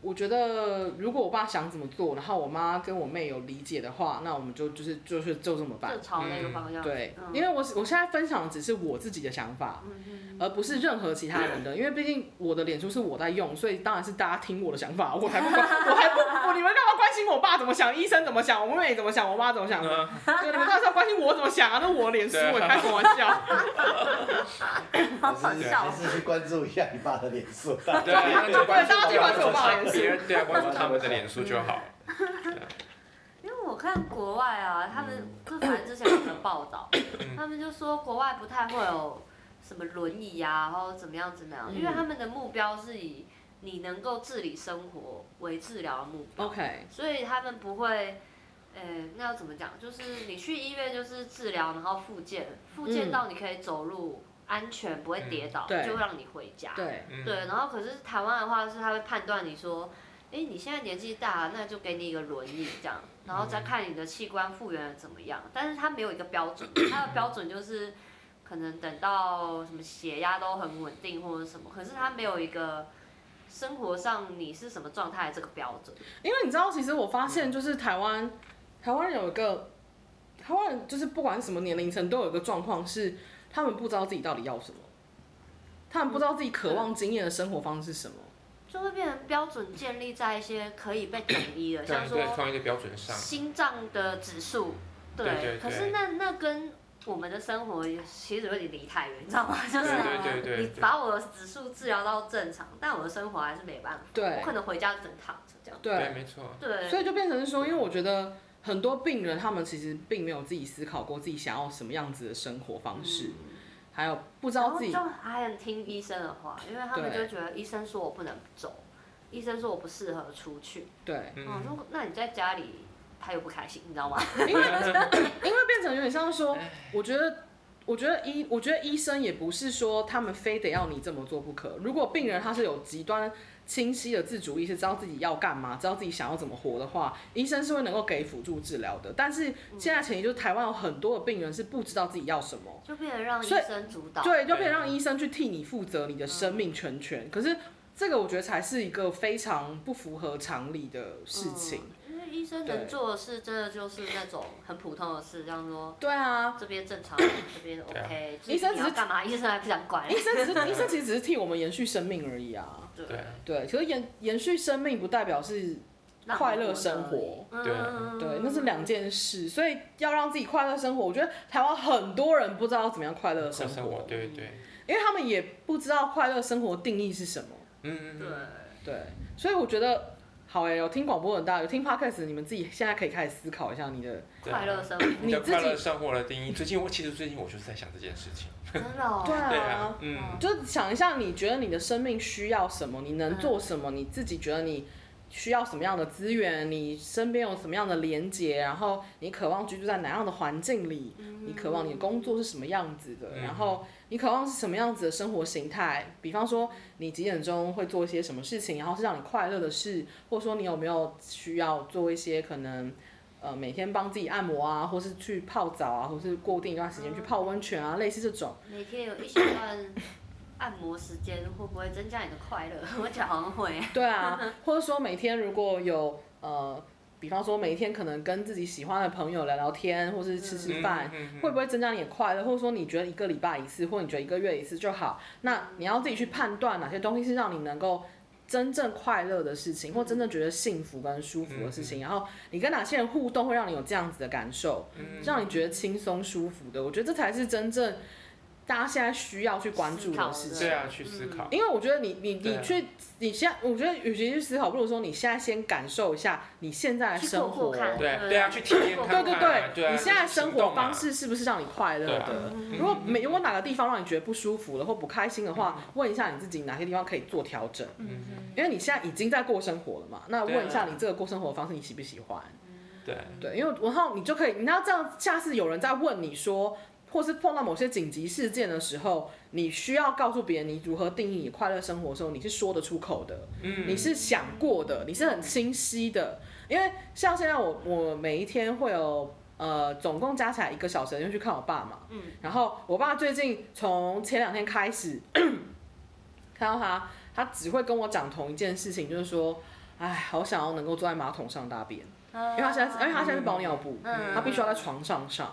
[SPEAKER 3] 我觉得如果我爸想怎么做，然后我妈跟我妹有理解的话，那我们就就是就是就这么办
[SPEAKER 2] 就。朝那个方向。
[SPEAKER 3] 对，
[SPEAKER 2] 嗯
[SPEAKER 3] 因为我我现在分享的只是我自己的想法，而不是任何其他人的，因为毕竟我的脸书是我在用，所以当然是大家听我的想法，我还不管我还不我你们干嘛关心我爸怎么想，医生怎么想，我妹怎么想，我妈怎么 [laughs] 想？
[SPEAKER 4] 嗯
[SPEAKER 3] 对，你们当然是要关心我怎么想啊，那我脸书
[SPEAKER 4] 对啊
[SPEAKER 3] 我开什么玩笑？
[SPEAKER 4] [laughs]
[SPEAKER 2] 好好笑
[SPEAKER 1] 还。
[SPEAKER 2] 哦
[SPEAKER 1] 是去关注一下你爸的脸色。啊
[SPEAKER 4] 对，啊那就关注
[SPEAKER 3] 大家就关注我爸的脸书
[SPEAKER 4] 别人对啊，关注他们的脸书就
[SPEAKER 3] [laughs]
[SPEAKER 4] 好。
[SPEAKER 2] 因为我看国外啊，他们 [clears throat] 就
[SPEAKER 3] 嗯
[SPEAKER 2] 反正之前有个报道，他们就说国外不太会有什么轮椅啊，然后怎么样怎么样，
[SPEAKER 3] 嗯
[SPEAKER 2] 因为他们的目标是以你能够自理生活为治疗的目标，
[SPEAKER 3] OK，
[SPEAKER 2] 所以他们不会。呃，那要怎么讲？就是你去医院就是治疗，然后复健，复健
[SPEAKER 3] 嗯
[SPEAKER 2] 到你可以走路，安全不会跌倒，
[SPEAKER 3] 对
[SPEAKER 2] 就会让你回家。
[SPEAKER 3] 对，
[SPEAKER 4] 嗯
[SPEAKER 2] 对，然后可是台湾的话是他会判断你说，哎，你现在年纪大了，那就给你一个轮椅这样，然后
[SPEAKER 4] 嗯
[SPEAKER 2] 再看你的器官复原得怎么样。但是他没有一个标准，他的标准就是可能等到什么血压都很稳定或者什么，可是他没有一个生活上你是什么状态的这个标准。
[SPEAKER 3] 因为你知道，其实我发
[SPEAKER 2] 嗯
[SPEAKER 3] 现就是台湾，台湾人有一个，台湾人就是不管是什么年龄层都有一个状况是，他们不知道自己到底要什么，他们不知道自己渴望经验的生活方式是什么。
[SPEAKER 2] 就会变成标准建立在一些可以被统一的，
[SPEAKER 4] 对
[SPEAKER 2] 像
[SPEAKER 4] 对，
[SPEAKER 2] 说
[SPEAKER 4] 放一个标准
[SPEAKER 3] [laughs]
[SPEAKER 4] 上。
[SPEAKER 2] 心脏的指数，对，
[SPEAKER 4] 对对对
[SPEAKER 2] 可是那那跟我们的生活也其实有点离太远，你知道吗？ [laughs] 就是
[SPEAKER 3] 啊
[SPEAKER 4] 对对对对
[SPEAKER 2] 你把我的指数治疗到正常，但我的生活还是没办法，
[SPEAKER 3] 对
[SPEAKER 2] 我可能回家只能躺着这样。
[SPEAKER 4] 对，
[SPEAKER 3] 对，
[SPEAKER 4] 没错。
[SPEAKER 2] 对，
[SPEAKER 3] 所以就变成是说，因为我觉得很多病人他们其实并没有自己思考过自己想要什么样子的生活方式，还有不知
[SPEAKER 2] 嗯然
[SPEAKER 3] 道
[SPEAKER 2] 后
[SPEAKER 3] 自己
[SPEAKER 2] 就还很听医生的话，因为他们就
[SPEAKER 3] 对
[SPEAKER 2] 觉得医生说我不能走，医生说我不适合出去，
[SPEAKER 3] 对，
[SPEAKER 2] 嗯，我
[SPEAKER 4] 嗯，
[SPEAKER 2] 说那你在家里他又不开心，你知道吗？
[SPEAKER 3] 因为 [coughs] 因为变成有点像说，我觉得。我觉得医，我觉得医生也不是说他们非得要你这么做不可。如果病人他是有极端清晰的自主意识，知道自己要干嘛，知道自己想要怎么活的话，医生是会能够给辅助治疗的。但是现在前提就是台湾有很多的病人是不知道自己要什么，
[SPEAKER 2] 就变成让医
[SPEAKER 3] 所以
[SPEAKER 2] 生主导。
[SPEAKER 3] 对，就可以让医生去替你负责你的生命全权。可是这个我觉得才是一个非常不符合常理的事情。
[SPEAKER 2] 嗯因为医生能
[SPEAKER 3] 对
[SPEAKER 2] 做的事，真的就是那种很普通的事，这样说
[SPEAKER 3] 对啊，
[SPEAKER 2] 这边正常，这边
[SPEAKER 4] 对啊
[SPEAKER 2] OK，就是
[SPEAKER 3] 医生
[SPEAKER 2] 你
[SPEAKER 3] 只是
[SPEAKER 2] 要干嘛，医生还不想管
[SPEAKER 3] [laughs] 医。生只是医生其实只是替我们延续生命而已啊。
[SPEAKER 4] 对
[SPEAKER 2] 对，
[SPEAKER 3] 对，可是延延续生命不代表是
[SPEAKER 2] 让
[SPEAKER 3] 快
[SPEAKER 2] 我
[SPEAKER 3] 乐
[SPEAKER 2] 活
[SPEAKER 3] 生
[SPEAKER 2] 着而
[SPEAKER 3] 活
[SPEAKER 2] 已
[SPEAKER 4] 对
[SPEAKER 2] 嗯
[SPEAKER 3] 对，那是两件事，所以要让自己快乐生活。我觉得台湾很多人不知道怎么样快乐生
[SPEAKER 4] 生活
[SPEAKER 3] 活，
[SPEAKER 4] 对对对，
[SPEAKER 3] 因为他们也不知道快乐生活定义是什么。
[SPEAKER 4] 嗯，
[SPEAKER 2] 对
[SPEAKER 4] 嗯，
[SPEAKER 3] 对，所以我觉得好哎、有听广播很大，有听 podcast，你们自己现在可以开始思考一下你的，
[SPEAKER 4] 对
[SPEAKER 2] 快乐生活，
[SPEAKER 4] 你的
[SPEAKER 3] 你自己
[SPEAKER 4] 快乐生活的定义，最近我其实最近我就是在想这件事情。
[SPEAKER 2] 真的哦。
[SPEAKER 3] 对啊
[SPEAKER 4] 对啊，嗯，
[SPEAKER 3] 就是想一下你觉得你的生命需要什么，你能做什么，你自己觉得你需要什么样的资源，你身边有什么样的连接，然后你渴望居住在哪样的环境里，
[SPEAKER 2] 嗯
[SPEAKER 3] 你渴望你的工作是什么样子的，
[SPEAKER 4] 嗯
[SPEAKER 3] 然后你渴望是什么样子的生活形态，比方说你几点钟会做一些什么事情，然后是让你快乐的事，或者说你有没有需要做一些可能。呃，每天帮自己按摩啊，或是去泡澡啊，或是固定一段时间去泡温泉啊，类似这种。
[SPEAKER 2] 每天有一小段按摩时间，会不会增加你的快乐？ [laughs] 我觉得好像会。
[SPEAKER 3] 对啊，或者说每天如果有呃，比方说每一天可能跟自己喜欢的朋友聊聊天，或是吃吃饭，
[SPEAKER 4] 嗯，
[SPEAKER 3] 会不会增加你的快乐？或者说你觉得一个礼拜一次，或你觉得一个月一次就好？那你要自己去判断哪些东西是让你能够。真正快乐的事情，或真正觉得幸福跟舒服
[SPEAKER 4] 嗯
[SPEAKER 3] 的事情，然后你跟哪些人互动会让你有这样子的感受，
[SPEAKER 4] 嗯
[SPEAKER 3] 让你觉得轻松舒服的，我觉得这才是真正大家现在需要去关注
[SPEAKER 2] 思考
[SPEAKER 3] 的
[SPEAKER 2] 的
[SPEAKER 3] 事情。
[SPEAKER 4] 对啊，去思考。
[SPEAKER 3] 因为我觉得你你
[SPEAKER 4] 对
[SPEAKER 3] 你
[SPEAKER 4] 啊
[SPEAKER 3] 去你现在，我觉得与其去思考，不如说你现在先感受一下你现在的
[SPEAKER 2] 去
[SPEAKER 3] 生
[SPEAKER 2] 过过
[SPEAKER 3] 活。
[SPEAKER 2] 看
[SPEAKER 4] 对
[SPEAKER 2] 对
[SPEAKER 4] 对啊，去体验
[SPEAKER 2] 对
[SPEAKER 3] 对
[SPEAKER 4] 看
[SPEAKER 3] 嗯对
[SPEAKER 4] 看啊，对啊，
[SPEAKER 3] 你现在生
[SPEAKER 4] 行动
[SPEAKER 3] 活
[SPEAKER 4] 嘛
[SPEAKER 3] 方，式是不是让你快乐
[SPEAKER 4] 对啊
[SPEAKER 3] 的？如果没如果哪个地方让你觉得不舒服了或不开心的话，问一下你自己哪些地方可以做调整，
[SPEAKER 4] 嗯，
[SPEAKER 3] 因为你现在已经在过生活了嘛。那
[SPEAKER 4] 对啊
[SPEAKER 3] 问一下你这个过生活的方式你喜不喜欢？
[SPEAKER 4] 对，
[SPEAKER 3] 对，因为然后你就可以，你要这样，下次有人在问你说，或是碰到某些紧急事件的时候，你需要告诉别人你如何定义你快乐生活的时候，你是说得出口的，
[SPEAKER 4] 嗯
[SPEAKER 3] 你是想过的，你是很清晰的。因为像现在我我每一天会有呃总共加起来一个小时就去看我爸嘛，
[SPEAKER 2] 嗯，
[SPEAKER 3] 然后我爸最近从前两天开始看到他，他只会跟我讲同一件事情，就是说，哎，好想要能够坐在马桶上大便。因为他现在是，因为他现在是包尿布，
[SPEAKER 2] 嗯
[SPEAKER 3] 他必须要在床上上，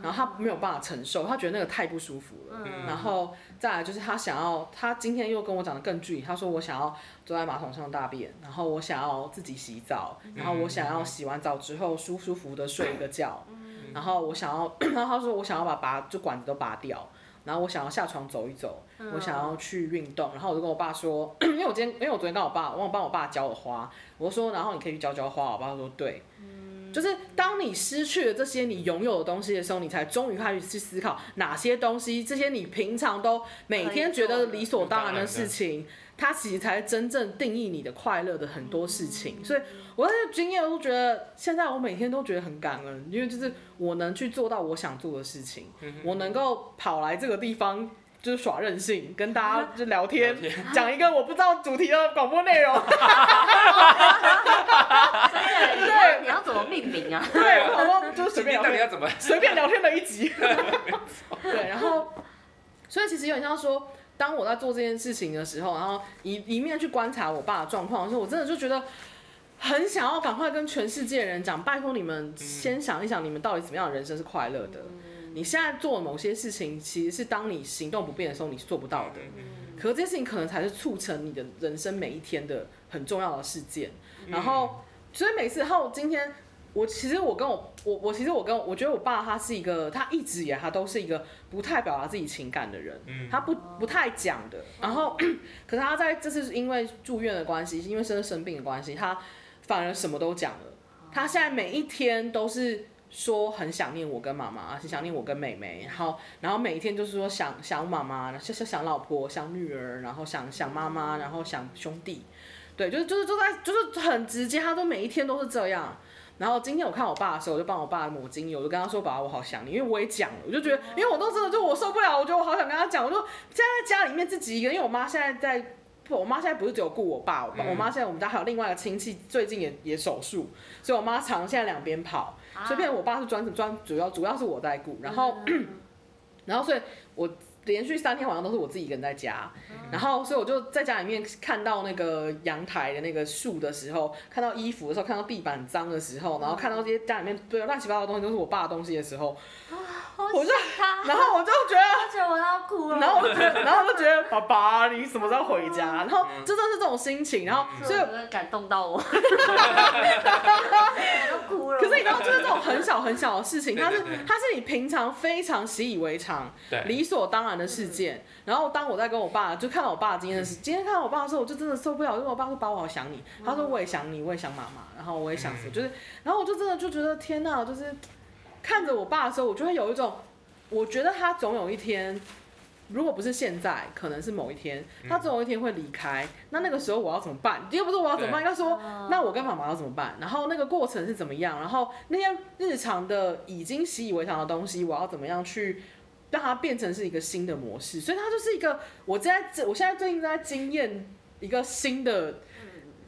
[SPEAKER 3] 然后他没有办法承受，他觉得那个太不舒服了。
[SPEAKER 4] 嗯
[SPEAKER 3] 然后再来就是他想要，他今天又跟我讲的更具体，他说我想要坐在马桶上大便，然后我想要自己洗澡，然后我想要洗完澡之后舒舒服服的睡一个觉，
[SPEAKER 2] 嗯
[SPEAKER 3] 然后我想要， [clears throat] 然后他说我想要把拔就管子都拔掉。然后我想要下床走一走，
[SPEAKER 2] 嗯
[SPEAKER 3] 我想要去运动，然后我就跟我爸说， [clears throat] 因为我今天因为我昨天跟我爸，我有帮我爸浇我花，我说然后你可以去浇浇花，我爸说对，
[SPEAKER 2] 嗯
[SPEAKER 3] 就是当你失去了这些你拥有的东西的时候，你才终于开始去思考哪些东西，这些你平常都每天觉得理所当然的事情，它其实才真正定义你的快乐的很多事情。所以我在经验都觉得，现在我每天都觉得很感恩，因为就是我能去做到我想做的事情，
[SPEAKER 4] 嗯
[SPEAKER 3] 我能够跑来这个地方。就是耍任性，跟大家就聊天，讲一个我不知道主题的广播内容， [laughs]
[SPEAKER 2] 对，你要你要怎么命名
[SPEAKER 3] [laughs]
[SPEAKER 2] 啊？
[SPEAKER 3] 对，我想说就是随
[SPEAKER 4] 今
[SPEAKER 3] 便
[SPEAKER 4] 天
[SPEAKER 3] 聊
[SPEAKER 4] 到
[SPEAKER 3] 天
[SPEAKER 4] 底。要怎么？
[SPEAKER 3] 随便聊天的一集。对，然后，所以其实有点像说，当我在做这件事情的时候，然后一一面去观察我爸的状况的时候，我真的就觉得。很想要赶快跟全世界人讲，拜托你们先想一想，你们到底怎么样的人生是快乐的？
[SPEAKER 2] 嗯
[SPEAKER 3] 你现在做某些事情，其实是当你行动不便的时候，你是做不到的。
[SPEAKER 4] 嗯
[SPEAKER 2] 嗯
[SPEAKER 3] 可是这件事情可能才是促成你的人生每一天的很重要的事件。然
[SPEAKER 4] 嗯
[SPEAKER 3] 后，所以每次，然后今天我其实我跟我我我其实我跟我觉得我爸他是一个，他一直以来他都是一个不太表达自己情感的人，
[SPEAKER 4] 嗯
[SPEAKER 3] 他不不太讲的。然后，可是他在这次因为住院的关系，因为生生病的关系，他反而什么都讲了。
[SPEAKER 2] 哦
[SPEAKER 3] 他现在每一天都是说很想念我跟妈妈，很想念我跟妹妹，然后然后每一天就是说想想妈妈，想想想老婆，想女儿，然后想想妈妈，然后想兄弟，对，就是就是就在就是很直接，他都每一天都是这样。然后今天我看我爸的时候，我就帮我爸抹精油，我就跟他说：“爸，我好想你。”因为我也讲了，我就觉得，因为我都真的就我受不了，我觉得我好想跟他讲，我就现在在家里面自己一个人，因为我妈现在在不，我妈现在不是只有顾我爸，我爸、
[SPEAKER 4] 嗯
[SPEAKER 3] 我妈现在我们家还有另外一个亲戚，最近也也手术，所以我妈常现在两边跑，
[SPEAKER 2] 啊嗯
[SPEAKER 3] 所以变成我爸是专专主要主要是我在顾，然后、然后所以我。连续三天晚上都是我自己一个人在家，然后所以我就在家里面看到那个阳台的那个树的时候，看到衣服的时候，看到地板脏的时候，然后看到这些家里面对乱七八糟的东西都是我爸的东西的时候，
[SPEAKER 2] 好
[SPEAKER 3] 我就
[SPEAKER 2] 想他，
[SPEAKER 3] 然后我就觉得。
[SPEAKER 2] 我觉得我要哭了。
[SPEAKER 3] 然后我就觉得，然后我就觉得，爸爸，你什么时候回家？然后
[SPEAKER 4] 嗯
[SPEAKER 3] 真的是这种心情，然后所
[SPEAKER 2] 所
[SPEAKER 3] 以
[SPEAKER 2] 以，我感动到我，我都哭了。
[SPEAKER 3] 可是你知道，就是这种很小很小的事情，
[SPEAKER 4] 对
[SPEAKER 3] 它是
[SPEAKER 4] 对对
[SPEAKER 3] 它是你平常非常习以为常、
[SPEAKER 4] 对，
[SPEAKER 3] 理所当然的事件。然后当我在跟我爸，就看到我爸今天的事，今天看到我爸的时候，我就真的受不了，因为我爸说：“爸，我好想你。”他说：“我也想你，我也想妈妈，然后我也想什么，就是，然后我就真的就觉得天哪，就是看着我爸的时候，我就会有一种，我觉得他总有一天。”如果不是现在，可能是某一天，他总有一天会离开。那那个时候我要怎么办？又不是我要怎么办，应该说
[SPEAKER 2] 哦
[SPEAKER 3] 那我跟妈妈要怎么办？然后那个过程是怎么样？然后那些日常的已经习以为常的东西，我要怎么样去让它变成是一个新的模式？所以它就是一个我现在这我现在最近在经验一个新的，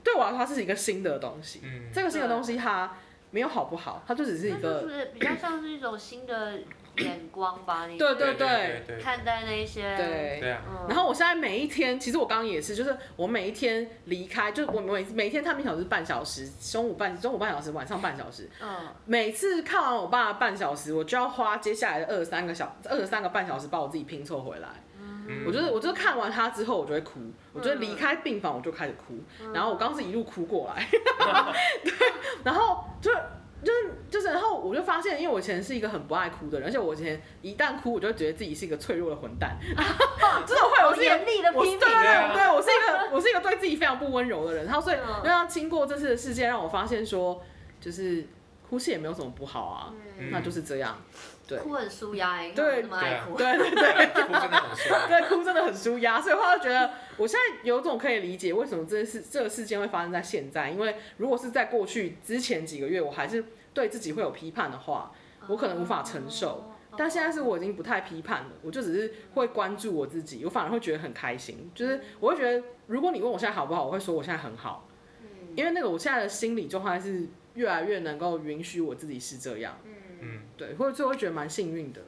[SPEAKER 3] 对我来说它是一个新的东西。
[SPEAKER 4] 嗯，
[SPEAKER 3] 这个新的东西它没有好不好，它就只是一
[SPEAKER 2] 那就
[SPEAKER 3] 个
[SPEAKER 2] 是比较像是一种新的眼光吧，你
[SPEAKER 3] 对
[SPEAKER 4] 对
[SPEAKER 3] 对
[SPEAKER 4] 对
[SPEAKER 2] 看待那一些，
[SPEAKER 3] 对
[SPEAKER 4] 对啊，
[SPEAKER 2] 嗯，
[SPEAKER 3] 然后我现在每一天，其实我刚刚也是，就是我每一天离开，就我每每天探病小时半小时，中午半中午半小时，晚上半小时。
[SPEAKER 2] 嗯，
[SPEAKER 3] 每次看完我爸的半小时，我就要花接下来的二三个小二三个半小时把我自己拼凑回来。
[SPEAKER 4] 嗯
[SPEAKER 3] 我就是我就是看完他之后，我就会哭，我就离开病房我就开始哭，
[SPEAKER 2] 嗯
[SPEAKER 3] 然后我刚刚是一路哭过来， [laughs] 对，然后就。就是就是，然后我就发现，因为我以前是一个很不爱哭的人，而且我以前一旦哭，我就觉得自己是一个脆弱的混
[SPEAKER 2] [laughs]
[SPEAKER 3] 蛋， [laughs] 真的会，我
[SPEAKER 2] 好
[SPEAKER 3] 是一个
[SPEAKER 2] 严厉的
[SPEAKER 3] 我是
[SPEAKER 2] 批
[SPEAKER 3] 对
[SPEAKER 2] 评，
[SPEAKER 3] 对对对，我是一个我 [laughs] 是一个对自己非常不温柔的人，然后所以
[SPEAKER 2] 嗯
[SPEAKER 3] 让他经过这次的事件，让我发现说，就是哭泣也没有什么不好啊，
[SPEAKER 4] 嗯
[SPEAKER 3] 那就是这样。对
[SPEAKER 2] 哭很舒压哎，
[SPEAKER 3] 对
[SPEAKER 2] 那么爱哭，
[SPEAKER 3] 对对对
[SPEAKER 4] 对啊，哭真的很帅。
[SPEAKER 3] 对，哭真的很舒压，所以我就觉得我现在有种可以理解为什么这件事这个事件会发生在现在，因为如果是在过去之前几个月，我还是对自己会有批判的话，
[SPEAKER 2] 嗯
[SPEAKER 3] 我可能无法承受。
[SPEAKER 2] 哦
[SPEAKER 3] 但现在是我已经不太批判了，我就只是会关注我自己，我反而会觉得很开心。就是我会觉得，如果你问我现在好不好，我会说我现在很好，
[SPEAKER 2] 嗯
[SPEAKER 3] 因为那个我现在的心理状态是越来越能够允许我自己是这样，
[SPEAKER 2] 嗯，
[SPEAKER 4] 嗯，
[SPEAKER 3] 对，或者就会觉得蛮幸运的。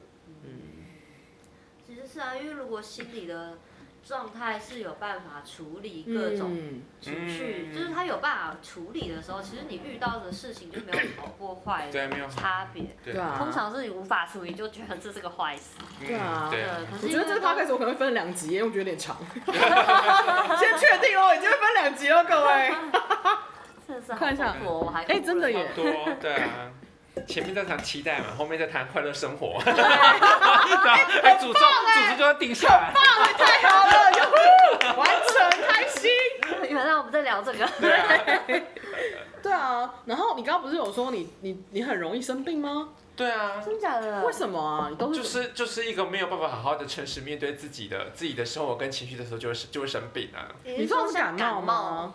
[SPEAKER 2] 其实是啊，因为如果心理的状态是有办法处理各种
[SPEAKER 3] 嗯
[SPEAKER 2] 情绪，
[SPEAKER 4] 嗯
[SPEAKER 2] 就是他有办法处理的时候，其实你遇到的事情就没有好或坏
[SPEAKER 4] 对
[SPEAKER 2] 的
[SPEAKER 4] 啊，没有
[SPEAKER 2] 差别。
[SPEAKER 4] 对
[SPEAKER 3] 对啊
[SPEAKER 2] 通常是你无法处理，就觉得这是个坏事。
[SPEAKER 4] 嗯
[SPEAKER 3] 对啊
[SPEAKER 4] 对
[SPEAKER 2] 对可是
[SPEAKER 3] 我觉得这个
[SPEAKER 2] 因为
[SPEAKER 3] podcast 我可能会分两集，因为我觉得有点
[SPEAKER 4] [laughs]
[SPEAKER 3] 长。先确定哦，已经会分两集了，各
[SPEAKER 4] [laughs]
[SPEAKER 3] 位。
[SPEAKER 2] 真的是好
[SPEAKER 3] 看一下
[SPEAKER 2] 痛苦哦我还
[SPEAKER 3] 哎真的耶
[SPEAKER 4] 差不多对啊。前面在谈期待嘛，后面在谈快乐生活， [laughs] 还诅
[SPEAKER 3] 欸
[SPEAKER 4] 咒诅咒就要定下来，
[SPEAKER 3] 太好了，哟完成，开心。
[SPEAKER 2] [laughs] 原来我们在聊这
[SPEAKER 3] [laughs]
[SPEAKER 2] 个，
[SPEAKER 4] 对啊，
[SPEAKER 3] 对啊，然后你刚刚不是有说你你你很容易生病吗？
[SPEAKER 4] 对啊，
[SPEAKER 2] 真假的？
[SPEAKER 3] 为什么啊？你都
[SPEAKER 4] 就是是就是一个没有办法好好的诚实面对自己的自己的生活跟情绪的时候，就会生就会生病啊。
[SPEAKER 2] 你
[SPEAKER 3] 你
[SPEAKER 2] 是
[SPEAKER 3] 说的是
[SPEAKER 2] 像
[SPEAKER 3] 冒
[SPEAKER 2] 感
[SPEAKER 3] 吗？？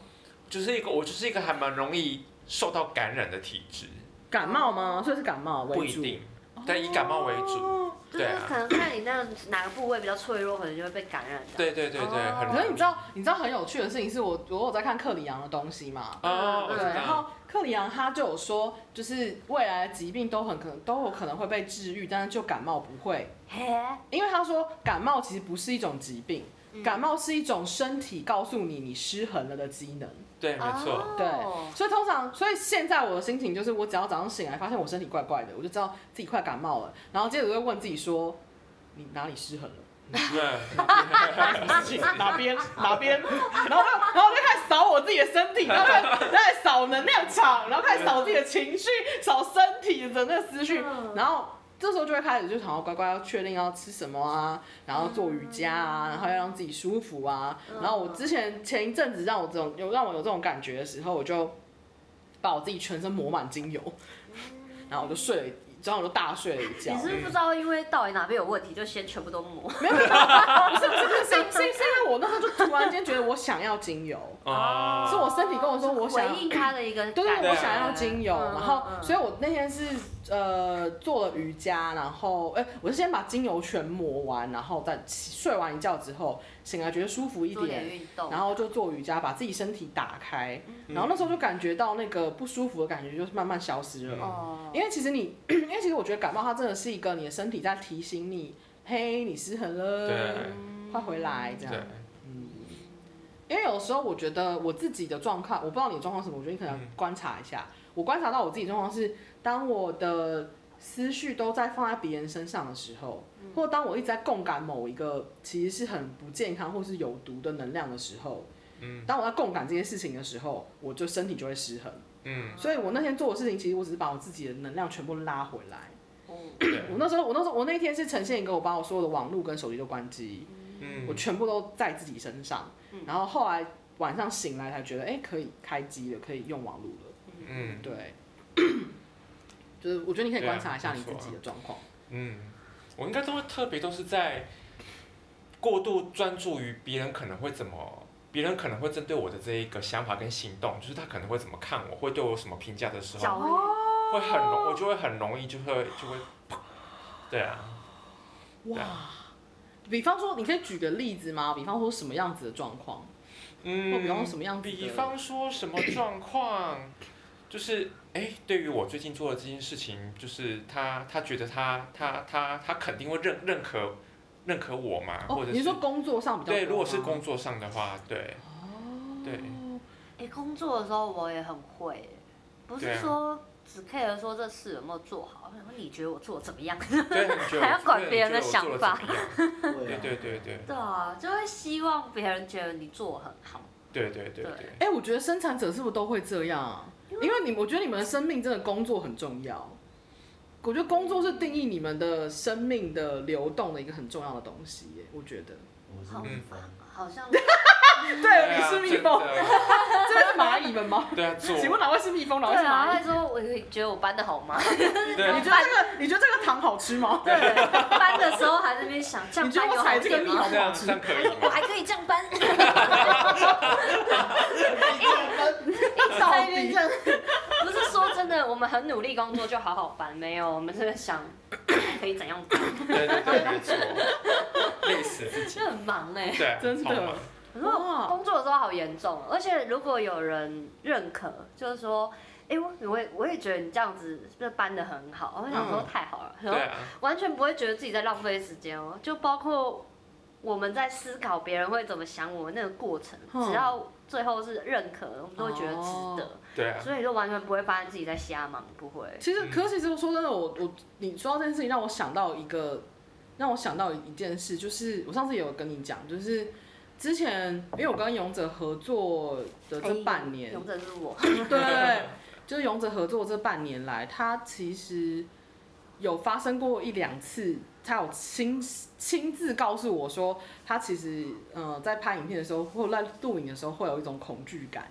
[SPEAKER 4] 就是一个我就是一个还蛮容易受到感染的体质，
[SPEAKER 3] 感冒吗？所以是感冒
[SPEAKER 4] 不
[SPEAKER 3] 为
[SPEAKER 4] 一
[SPEAKER 3] 主，
[SPEAKER 4] 定，但以感冒为主。
[SPEAKER 3] 哦。
[SPEAKER 2] 就是
[SPEAKER 4] 对啊
[SPEAKER 2] 可能看你那哪个部位比较脆弱，可能就会被感染的。
[SPEAKER 4] 对对对对，
[SPEAKER 2] 哦
[SPEAKER 4] 很容易。
[SPEAKER 3] 可是你知道，你知道很有趣的事情是我我有在看克里昂的东西嘛，
[SPEAKER 4] 哦，我
[SPEAKER 2] 对
[SPEAKER 4] 知
[SPEAKER 3] 对，然
[SPEAKER 4] 道，
[SPEAKER 3] 后克里昂他就有说，就是未来的疾病都很可能都有可能会被治愈，但是就感冒不会，
[SPEAKER 2] 嘿，
[SPEAKER 3] 因为他说感冒其实不是一种疾病，
[SPEAKER 2] 嗯
[SPEAKER 3] 感冒是一种身体告诉你你失衡了的机能。
[SPEAKER 4] 对，没错，
[SPEAKER 3] [laughs]
[SPEAKER 2] 哦
[SPEAKER 3] 对，所以通常，所以现在我的心情就是，我只要早上醒来发现我身体怪怪的，我就知道自己快感冒了，然后接着就会问自己说，你哪里失衡了？ [laughs]
[SPEAKER 4] 对，
[SPEAKER 3] 哪边哪边，然后就然后就开始扫我自己的身体，然后开始开始扫能量场，然后开始扫自己的情绪，扫身体的那个思绪
[SPEAKER 2] 嗯，
[SPEAKER 3] 然后这时候就会开始就想要乖乖要确定要吃什么啊，然后做瑜伽啊，然后要让自己舒服啊。
[SPEAKER 2] 嗯
[SPEAKER 3] 然后我之前前一阵子让我这种有让我有这种感觉的时候，我就把我自己全身抹满精油，然后我就睡了一，然后我就大睡了一觉
[SPEAKER 2] 你。是不是不知道，因为到底哪边有问题，就先全部都抹。
[SPEAKER 3] 不是不是不是，是是是因为我那时候就突然间觉得我想要精油。
[SPEAKER 2] [laughs]
[SPEAKER 4] 哦，
[SPEAKER 3] 是我身体跟我说我想
[SPEAKER 2] 回应他的一个感觉，
[SPEAKER 3] 对对，
[SPEAKER 4] 对
[SPEAKER 3] 我想要精油，
[SPEAKER 2] 嗯
[SPEAKER 3] 然后
[SPEAKER 2] 嗯嗯
[SPEAKER 3] 所以我那天是呃做了瑜伽，然后哎、我是先把精油全抹完，然后再睡完一觉之后醒来觉得舒服一
[SPEAKER 2] 做
[SPEAKER 3] 点
[SPEAKER 2] 点，运动，
[SPEAKER 3] 然后就做瑜伽，把自己身体打开，
[SPEAKER 4] 嗯
[SPEAKER 3] 然后那时候就感觉到那个不舒服的感觉就是慢慢消失了，
[SPEAKER 4] 嗯
[SPEAKER 2] 哦，
[SPEAKER 3] [clears throat] 因为其实你，因为其实我觉得感冒它真的是一个你的身体在提醒你。嘿，你失衡了嗯
[SPEAKER 4] 对，
[SPEAKER 3] 快回来这样
[SPEAKER 4] 对。，
[SPEAKER 3] 因为有时候我觉得我自己的状况，我不知道你的状况是什么，我觉得你可能要
[SPEAKER 4] 嗯
[SPEAKER 3] 观察一下。我观察到我自己状况是，当我的思绪都在放在别人身上的时候，
[SPEAKER 2] 嗯
[SPEAKER 3] 或当我一直在共感某一个其实是很不健康或是有毒的能量的时候，
[SPEAKER 4] 嗯
[SPEAKER 3] 当我在共感这些事情的时候，我就身体就会失衡。 [coughs]
[SPEAKER 4] 嗯，
[SPEAKER 3] 所以我那天做的事情，其实我只是把我自己的能量全部拉回来。
[SPEAKER 2] 嗯
[SPEAKER 4] 对，
[SPEAKER 3] 我那时候，我那时候，我那天是呈现一个我把我所有的网络跟手机都关机，
[SPEAKER 4] 嗯
[SPEAKER 3] 我全部都在自己身上
[SPEAKER 2] 嗯。
[SPEAKER 3] 然后后来晚上醒来才觉得，哎、可以开机了，可以用网络了。
[SPEAKER 4] 嗯
[SPEAKER 3] 对， [clears throat] 就是我觉得你可以
[SPEAKER 4] 对啊
[SPEAKER 3] 观察一下你自
[SPEAKER 4] 没错啊
[SPEAKER 3] 己的状况。
[SPEAKER 4] 嗯，我应该都会特别都是在过度专注于别人可能会怎么。别人可能会针对我的这一个想法跟行动，就是他可能会怎么看我，会对我有什么评价的时候，
[SPEAKER 2] 焦虑，
[SPEAKER 4] 会很容，我就会很容易就会就会，对啊，对
[SPEAKER 3] 哇
[SPEAKER 4] 啊，
[SPEAKER 3] 比方说，你可以举个例子吗？比方说什么样子的状况，
[SPEAKER 4] 嗯，
[SPEAKER 3] 或比方说什么样子的？
[SPEAKER 4] 比方说什么状况，就是哎，对于我最近做的这件事情，就是他他觉得他他他他肯定会认认可认可我嘛，或
[SPEAKER 3] 哦，
[SPEAKER 4] 者
[SPEAKER 3] 你是
[SPEAKER 4] 是
[SPEAKER 3] 说工作上比较
[SPEAKER 4] 对，
[SPEAKER 3] 多
[SPEAKER 4] 如果是
[SPEAKER 3] 吗
[SPEAKER 4] 工作上的话，对，
[SPEAKER 3] 哦，
[SPEAKER 4] 对
[SPEAKER 2] 哎、工作的时候我也很会耶，不
[SPEAKER 4] 对
[SPEAKER 2] 是
[SPEAKER 4] 啊
[SPEAKER 2] 说只 care 说这事有没有做好，然后你觉得我做的怎么样？
[SPEAKER 4] 对，你觉得我
[SPEAKER 2] 还要管
[SPEAKER 4] 对
[SPEAKER 2] 别人
[SPEAKER 4] 你
[SPEAKER 2] 的
[SPEAKER 4] 觉得我
[SPEAKER 2] 想
[SPEAKER 4] 做得
[SPEAKER 2] 法
[SPEAKER 4] 怎么样
[SPEAKER 1] 对啊
[SPEAKER 4] 对对对对
[SPEAKER 2] 对啊，就会希望别人觉得你做得很好。
[SPEAKER 4] 对对对
[SPEAKER 2] 对
[SPEAKER 4] 对，
[SPEAKER 3] 哎、我觉得生产者是不是都会这样啊？因为你们，我觉得你们的生命真的工作很重要。我觉得工作是定义你们的生命的流动的一个很重要的东西耶。我觉得，
[SPEAKER 1] 我是蜜蜂，
[SPEAKER 2] 好像
[SPEAKER 4] 啊
[SPEAKER 3] 对，你是蜜蜂，
[SPEAKER 4] 对啊
[SPEAKER 3] 这边是蚂蚁们吗？
[SPEAKER 4] 真的 [laughs] 对啊，做
[SPEAKER 3] 请问哪位是蜜蜂，哪
[SPEAKER 2] 对
[SPEAKER 3] 位是
[SPEAKER 2] 啊，
[SPEAKER 3] 蚂
[SPEAKER 2] 会
[SPEAKER 3] 蚁？
[SPEAKER 2] 说我觉得我搬的好吗？
[SPEAKER 4] 对啊
[SPEAKER 3] 你觉得这个，你觉得这个糖好吃吗？
[SPEAKER 2] 对，搬的时候还在那边想，这样
[SPEAKER 3] 你觉
[SPEAKER 2] 搬
[SPEAKER 3] 得
[SPEAKER 2] 有
[SPEAKER 3] 我
[SPEAKER 2] 好
[SPEAKER 3] 踩这个
[SPEAKER 2] 点
[SPEAKER 3] 蜜
[SPEAKER 2] 吗
[SPEAKER 3] 好？
[SPEAKER 4] 这样这样可以
[SPEAKER 2] 我
[SPEAKER 4] 吗？
[SPEAKER 2] 还可以这样搬，
[SPEAKER 3] 到
[SPEAKER 1] 哎
[SPEAKER 3] 底
[SPEAKER 2] 不是说真的，我们很努力工作就好好搬，没有，我们是在想可以怎样搬，
[SPEAKER 4] 对对对，没错，累死自己，
[SPEAKER 2] 就很忙哎、
[SPEAKER 4] 对啊，
[SPEAKER 3] 真
[SPEAKER 4] 超忙
[SPEAKER 3] 的，
[SPEAKER 2] 可是我
[SPEAKER 3] 哇
[SPEAKER 2] 工作的时候好严重，哦而且如果有人认可，就是说，哎、我我也我也觉得你这样子就搬的很好，我想说
[SPEAKER 3] 嗯
[SPEAKER 2] 太好了，然
[SPEAKER 4] 对
[SPEAKER 2] 后
[SPEAKER 4] 啊，
[SPEAKER 2] 完全不会觉得自己在浪费时间哦。就包括我们在思考别人会怎么想我们那个过程，
[SPEAKER 3] 嗯
[SPEAKER 2] 只要最后是认可的，我们都会觉得值
[SPEAKER 3] 哦
[SPEAKER 2] 得，
[SPEAKER 4] 对啊，
[SPEAKER 2] 所以就完全不会发现自己在瞎忙，不会。
[SPEAKER 3] 其实，可是其实说真的，我我你说到这件事情，让我想到一个，让我想到一件事，就是我上次也有跟你讲，就是之前因为我跟勇者合作的
[SPEAKER 2] 哎
[SPEAKER 3] 这半年，
[SPEAKER 2] 勇者是我，
[SPEAKER 3] [laughs] 对，就是勇者合作这半年来，他其实有发生过一两次，他有亲亲自告诉我说，他其实呃在拍影片的时候，或者在录影的时候，会有一种恐惧感，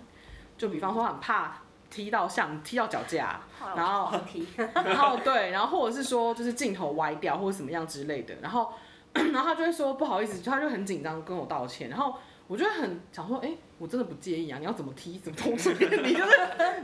[SPEAKER 3] 就比方说很怕踢到像踢到脚架。
[SPEAKER 2] 后来我
[SPEAKER 3] 然后
[SPEAKER 2] 跑题，
[SPEAKER 3] 然后对，然后或者是说就是镜头歪掉或者怎么样之类的，然后 [coughs] 然后他就会说不好意思，他就很紧张跟我道歉，然后我就会很想说，哎、我真的不介意啊，你要怎么踢怎么动随便 [laughs] 你，就是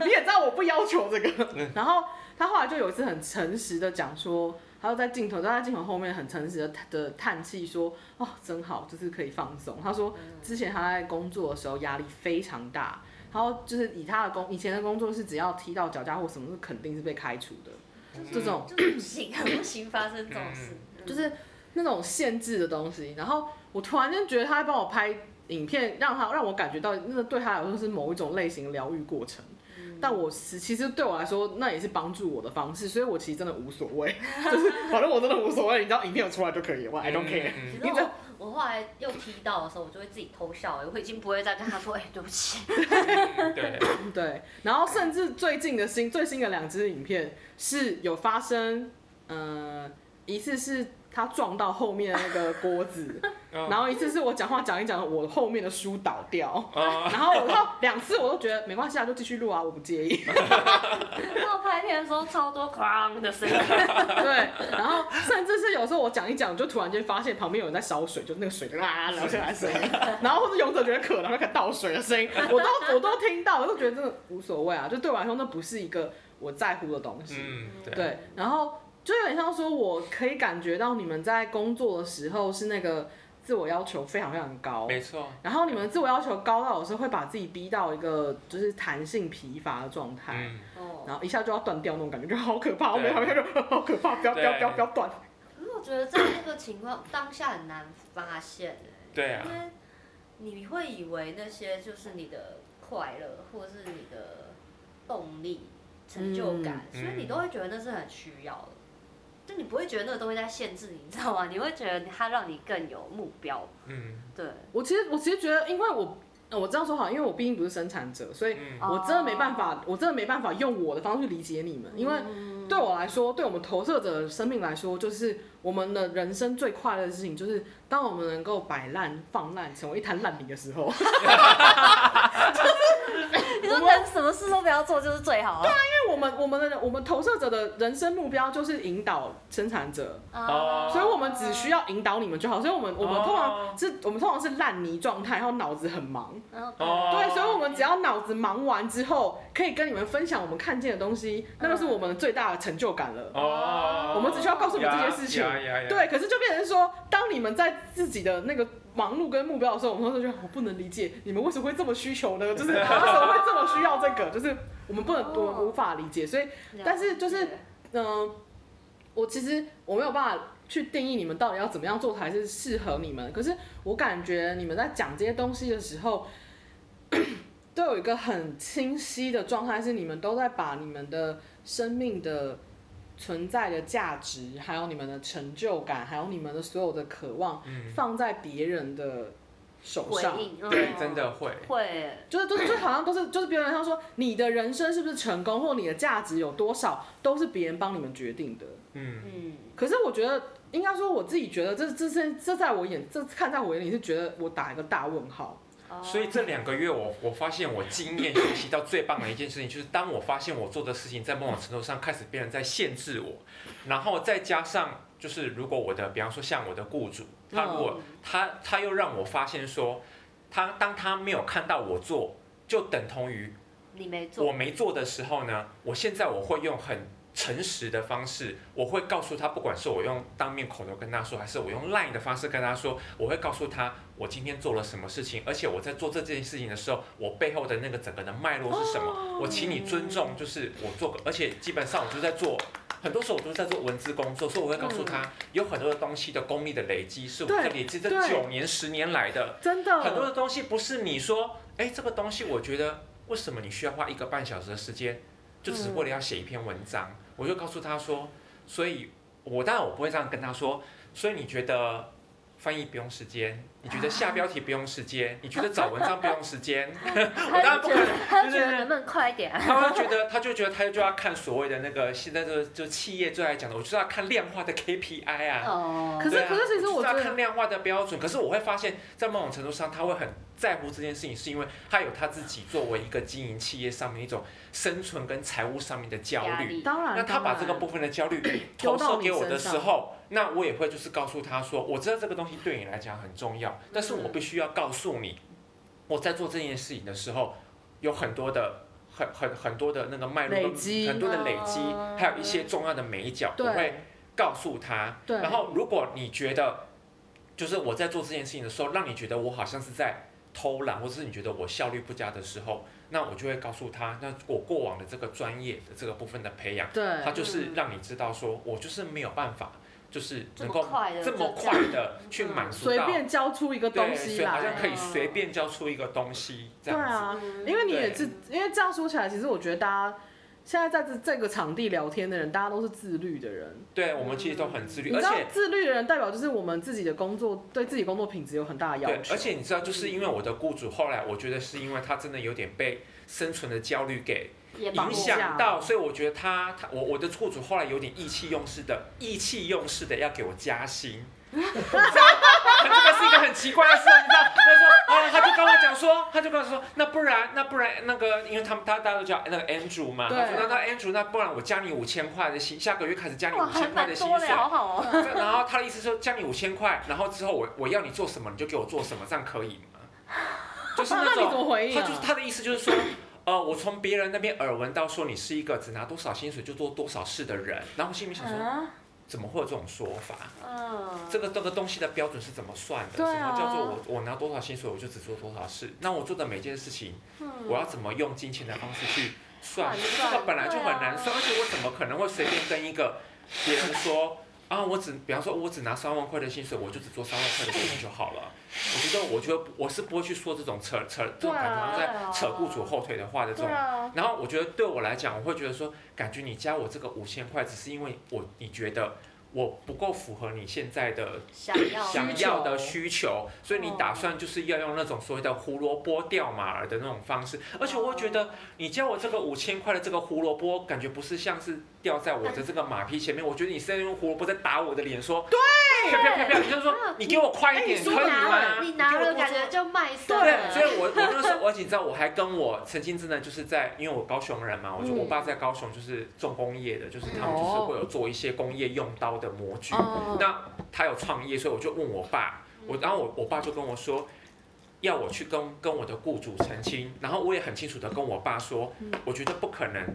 [SPEAKER 3] 你也知道我不要求这个。然后他后来就有一次很诚实的讲说，哦他就在镜头，他在镜头后面很诚实的的叹气说，哦，真好，就是可以放松。他说之前他在工作的时候压力非常大。然后就是以他的工以前的工作是，只要踢到脚架或什么，是肯定是被开除的。这种
[SPEAKER 2] 就是不行，不行发生这种事，嗯
[SPEAKER 3] 就是那种限制的东西。然后我突然间觉得他在帮我拍影片，让他让我感觉到那个对他来说是某一种类型的疗愈过程。
[SPEAKER 2] 嗯
[SPEAKER 3] 但我其其实对我来说，那也是帮助我的方式，所以我其实真的无所谓，就是反正我真的无所谓，你知道影片有出来就可以了，我 I don't care。
[SPEAKER 4] 嗯
[SPEAKER 2] 其
[SPEAKER 4] 嗯
[SPEAKER 2] 实我我后来又踢到的时候，我就会自己偷笑，欸我已经不会再跟他说，哎、对不起， [laughs]
[SPEAKER 4] 嗯
[SPEAKER 3] [laughs]
[SPEAKER 4] 对，
[SPEAKER 3] 对，然后甚至最近的新最新的两支影片是有发生，呃，一次是他撞到后面的那个锅子，
[SPEAKER 4] 嗯
[SPEAKER 3] 然后一次是我讲话讲一讲，我后面的书倒掉。[laughs]
[SPEAKER 4] 啊，
[SPEAKER 3] 然后我到两次我都觉得没关系啊，就继续录啊，我不介意。
[SPEAKER 4] [laughs]
[SPEAKER 2] 然后拍片的时候超多哐的
[SPEAKER 4] [laughs]
[SPEAKER 2] 声音，
[SPEAKER 3] 对，然后甚至是有时候我讲一讲，就突然间发现旁边有人在烧水，就那个水啦流下来的
[SPEAKER 4] [laughs]
[SPEAKER 3] 声音，然后或者勇者觉得渴，然后开始倒水的声音，我都我都听到，我都觉得真的无所谓啊，就对我来说那不是一个我在乎的东西。
[SPEAKER 4] 嗯，对，
[SPEAKER 3] 对，然后就有点像说，我可以感觉到你们在工作的时候是那个自我要求非常非常高，
[SPEAKER 4] 没错，
[SPEAKER 3] 然后你们自我要求高到有时候会把自己逼到一个就是弹性疲乏的状态。
[SPEAKER 4] 嗯，
[SPEAKER 2] 哦
[SPEAKER 3] 然后一下就要断掉那种感觉，就好可怕，
[SPEAKER 4] 对
[SPEAKER 3] 我每好像就好可怕，不要不要
[SPEAKER 4] 对
[SPEAKER 3] 不要不要断。
[SPEAKER 2] 因为我觉得在那个情况当下很难发现欸
[SPEAKER 4] 对啊
[SPEAKER 2] 因，为你会以为那些就是你的快乐，或者是你的动力、成就感，
[SPEAKER 4] 嗯
[SPEAKER 2] 所以你
[SPEAKER 4] 嗯
[SPEAKER 2] 都会觉得那是很需要的。就你不会觉得那个东西在限制你，你知道吗？你会觉得它让你更有目标。
[SPEAKER 4] 嗯
[SPEAKER 2] 对，
[SPEAKER 3] 我其实我其实觉得，因为我呃我这样说好像，因为我毕竟不是生产者，所以
[SPEAKER 4] 嗯
[SPEAKER 2] 哦
[SPEAKER 3] 我真的没办法，我真的没办法用我的方式去理解你们，因为
[SPEAKER 4] 嗯
[SPEAKER 3] 对我来说，对我们投射者的生命来说，就是我们的人生最快乐的事情，就是当我们能够摆烂、放烂，成为一滩烂泥的时候。
[SPEAKER 2] [laughs] 你说人什么事都不要做就是最好了。啊
[SPEAKER 3] 因为我们我们的我们投射者的人生目标就是引导生产者，
[SPEAKER 2] 啊
[SPEAKER 4] 哦
[SPEAKER 3] 所以我们只需要引导你们就好。所以我们我们
[SPEAKER 4] 哦
[SPEAKER 3] 通常是我们通常是烂泥状态，然后脑子很忙。
[SPEAKER 2] 哦，
[SPEAKER 4] 哦，
[SPEAKER 3] 对，所以我们只要脑子忙完之后，可以跟你们分享我们看见的东西，那就是我们的最大的成就感了。
[SPEAKER 4] 哦，
[SPEAKER 3] 我们只需要告诉你这
[SPEAKER 4] 呀
[SPEAKER 3] 些事情。
[SPEAKER 4] 呀呀呀
[SPEAKER 3] 对，可是就变成说，当你们在自己的那个忙碌跟目标的时候，我们都觉得我不能理解你们为什么会这么需求呢？就是为什么会这么需要这个？就是我们不能，我们无法理解。所以，但是就是
[SPEAKER 2] 了解
[SPEAKER 3] 嗯、我其实我没有办法去定义你们到底要怎么样做才是适合你们。可是我感觉你们在讲这些东西的时候，都有一个很清晰的状态，是你们都在把你们的生命的存在的价值，还有你们的成就感，还有你们的所有的渴望，
[SPEAKER 4] 嗯，
[SPEAKER 3] 放在别人的手
[SPEAKER 2] 回
[SPEAKER 3] 上。
[SPEAKER 2] 应，
[SPEAKER 4] 对，
[SPEAKER 2] 嗯
[SPEAKER 4] 真的会，
[SPEAKER 2] 会。
[SPEAKER 3] 就是就是就是好像都是就是别人他说你的人生是不是成功或你的价值有多少都是别人帮你们决定的，
[SPEAKER 4] 嗯
[SPEAKER 2] 嗯，
[SPEAKER 3] 可是我觉得，应该说我自己觉得这这是这在我眼这看在我眼里是觉得我打一个大问号。
[SPEAKER 2] 哦
[SPEAKER 4] 所以这两个月我我发现我经验学习到最棒的一件事情，就是当我发现我做的事情在某种程度上开始变成在限制我，然后再加上就是如果我的比方说像我的雇主，他如
[SPEAKER 2] 嗯
[SPEAKER 4] 果他他又让我发现说，他当他没有看到我做，就等同于
[SPEAKER 2] 你没做
[SPEAKER 4] 我没做的时候呢，我现在我会用很诚实的方式，我会告诉他，不管是我用当面口头跟他说，还是我用 LINE 的方式跟他说，我会告诉他我今天做了什么事情，而且我在做这件事情的时候，我背后的那个整个的脉络是什么。我请你尊重，就是我做个，而且基本上我就在做。很多时候我都在做文字工作，所以我会告诉他，有很多的东西的功力的累积是我
[SPEAKER 3] 对
[SPEAKER 4] 在累积这
[SPEAKER 3] 对
[SPEAKER 4] 九年、十年来的。
[SPEAKER 3] 真的
[SPEAKER 4] 很多的东西不是你说，哎，这个东西我觉得为什么你需要花一个半小时的时间，就只是为了要写一篇文章？我就告诉他说，所以我当然我不会这样跟他说，所以你觉得翻译不用时间，你觉得下标题不用时间，你觉得找文章不用时间，
[SPEAKER 2] 他
[SPEAKER 4] 我当然
[SPEAKER 2] 就
[SPEAKER 4] 不
[SPEAKER 2] 觉
[SPEAKER 4] 可
[SPEAKER 2] 得
[SPEAKER 4] 能，哎
[SPEAKER 2] 他就
[SPEAKER 4] 对
[SPEAKER 2] 觉得
[SPEAKER 4] 对对
[SPEAKER 2] 能不能快一点啊？
[SPEAKER 4] 他会觉得他就觉得他就要看所谓的那个现在这个就企业最爱讲的，我就是要看量化的 KPI 啊。
[SPEAKER 2] 哦
[SPEAKER 3] 可是
[SPEAKER 4] 对啊
[SPEAKER 3] 可是其实我
[SPEAKER 4] 就
[SPEAKER 3] 觉
[SPEAKER 4] 是要
[SPEAKER 3] 得
[SPEAKER 4] 看量化的标准，可是我会发现，在某种程度上，他会很在乎这件事情，是因为他有他自己作为一个经营企业上面一种生存跟财务上面的焦
[SPEAKER 2] 压
[SPEAKER 4] 虑。
[SPEAKER 2] 力，
[SPEAKER 3] 当然，
[SPEAKER 4] 那他把
[SPEAKER 3] 当然
[SPEAKER 4] 这个部分的焦虑
[SPEAKER 3] [clears throat] 丢
[SPEAKER 4] 投
[SPEAKER 3] 到
[SPEAKER 4] 射
[SPEAKER 3] 你
[SPEAKER 4] 给我的
[SPEAKER 3] 身上
[SPEAKER 4] 时候，那我也会就是告诉他说，我知道这个东西对你来讲很重要，但是
[SPEAKER 3] 嗯
[SPEAKER 4] 我必须要告诉你，我在做这件事情的时候，有很多的。很很很多的那个脉络
[SPEAKER 3] 累
[SPEAKER 4] 跟
[SPEAKER 3] 积啊
[SPEAKER 4] 很多的累积，
[SPEAKER 2] 嗯
[SPEAKER 4] 还有一些重要的美角，我会
[SPEAKER 3] 对
[SPEAKER 4] 告诉他。
[SPEAKER 3] 对
[SPEAKER 4] 然后，如果你觉得，就是我在做这件事情的时候，让你觉得我好像是在偷懒，或者是你觉得我效率不佳的时候，那我就会告诉他，那我过往的这个专业的这个部分的培养，
[SPEAKER 3] 对
[SPEAKER 4] 他就是让你知道说，我就是没有办法，就是
[SPEAKER 2] 这么
[SPEAKER 4] 能够
[SPEAKER 2] 快的
[SPEAKER 4] 这么快的嗯去满足
[SPEAKER 3] 随
[SPEAKER 4] 到，
[SPEAKER 3] 便交出一个东
[SPEAKER 4] 对，
[SPEAKER 3] 西
[SPEAKER 4] 所以好像
[SPEAKER 3] 来。
[SPEAKER 4] 可以随便交出一个东西这
[SPEAKER 3] 对
[SPEAKER 4] 样子。
[SPEAKER 3] 啊，
[SPEAKER 2] 嗯
[SPEAKER 3] 因为你也
[SPEAKER 4] 对
[SPEAKER 3] 是，因为这样说起来，其实我觉得大家现在在这这个场地聊天的人，大家都是自律的人。
[SPEAKER 4] 对，我们其实都很自
[SPEAKER 3] 嗯你
[SPEAKER 4] 律，
[SPEAKER 3] 知
[SPEAKER 4] 而
[SPEAKER 3] 道
[SPEAKER 4] 且，。
[SPEAKER 3] 自律的人代表就是我们自己的工作，对自己工作品质有很大的要
[SPEAKER 4] 对，
[SPEAKER 3] 求。
[SPEAKER 4] 而且你知道，就是因为我的雇主后来，我觉得是因为他真的有点被生存的焦虑给
[SPEAKER 2] 也
[SPEAKER 3] 绑
[SPEAKER 4] 影
[SPEAKER 3] 架
[SPEAKER 4] 响到，所以我觉得他他我我的雇主后来有点意气用事的，意气用事的要给我加薪，你知道这个是一个很奇怪的事，你知道？他说啊，他就跟我讲说，他就跟我说，那不然那不然那个，因为他们他大家都叫那个 Andrew 嘛，
[SPEAKER 3] 对
[SPEAKER 4] 他说那那 Andrew 那不然我加你五千块的薪，下个月开始加你
[SPEAKER 2] 哇，
[SPEAKER 4] 五
[SPEAKER 2] 还
[SPEAKER 4] 千块
[SPEAKER 2] 蛮
[SPEAKER 4] 的薪
[SPEAKER 2] 多的，
[SPEAKER 4] 水。
[SPEAKER 2] 好好哦。
[SPEAKER 4] 然后他的意思说加你五千块，然后之后我我要你做什么你就给我做什么，这样可以吗？就是
[SPEAKER 3] [laughs] 那
[SPEAKER 4] 那
[SPEAKER 3] 你
[SPEAKER 4] 种
[SPEAKER 3] 怎么回应
[SPEAKER 4] 他
[SPEAKER 3] 啊？
[SPEAKER 4] 就是他的意思就是说， [coughs] 呃，我从别人那边耳闻到说你是一个只拿多少薪水就做多少事的人，然后我心里想说，
[SPEAKER 2] 啊，
[SPEAKER 4] 怎么会有这种说法？
[SPEAKER 2] 嗯，
[SPEAKER 4] 这个这个东西的标准是怎么算的？
[SPEAKER 3] 对啊
[SPEAKER 4] 什么叫做我我拿多少薪水我就只做多少事？那我做的每件事情，
[SPEAKER 2] 嗯
[SPEAKER 4] 我要怎么用金钱的方式去算？
[SPEAKER 2] 换算
[SPEAKER 4] 这个本来就很难
[SPEAKER 2] 哦对啊
[SPEAKER 4] 算，而且我怎么可能会随便跟一个别人说？啊，我只比方说，我只拿三万块的薪水，我就只做三万块的事情就好了。我觉得，我觉得我是不会去说这种扯扯这种感觉，好像在扯雇主后腿的话的这
[SPEAKER 2] 啊对
[SPEAKER 4] 种。
[SPEAKER 2] 啊，
[SPEAKER 4] 然后我觉得对我来讲，我会觉得说，感觉你加我这个五千块，只是因为我你觉得我不够符合你现在的
[SPEAKER 2] 啊想要
[SPEAKER 4] 想要的需求，所以你
[SPEAKER 2] 哦
[SPEAKER 4] 打算就是要用那种所谓的胡萝卜掉马儿的那种方式。而且我会觉得，你教我这个五千块的这个胡萝卜，感觉不是像是掉在我的这个马匹前面，我觉得你是在用胡萝卜在打我的脸，说对，啪啪啪啪，你就说
[SPEAKER 2] [laughs]
[SPEAKER 4] 你给我快一点，
[SPEAKER 3] 哎
[SPEAKER 4] 可
[SPEAKER 3] 你
[SPEAKER 4] 以
[SPEAKER 3] 说
[SPEAKER 2] 拿
[SPEAKER 4] 吗？
[SPEAKER 2] 了，你拿
[SPEAKER 4] 给我
[SPEAKER 2] 了，
[SPEAKER 4] 多
[SPEAKER 2] 感
[SPEAKER 4] 做
[SPEAKER 2] 觉就卖身
[SPEAKER 4] 对，所
[SPEAKER 2] 了。
[SPEAKER 4] 以我我那时候，而且你知道，我还跟我曾经真的就是在，因为我高雄人嘛，我就、
[SPEAKER 2] 嗯
[SPEAKER 4] 我爸在高雄就是重工业的，就是他们就是会有做一些工业用刀的模具。
[SPEAKER 3] 哦
[SPEAKER 4] 那他有创业，所以我就问我爸，我然后我我爸就跟我说，要我去跟跟我的雇主澄清，然后我也很清楚的跟我爸说，
[SPEAKER 2] 嗯
[SPEAKER 4] 我觉得不可能。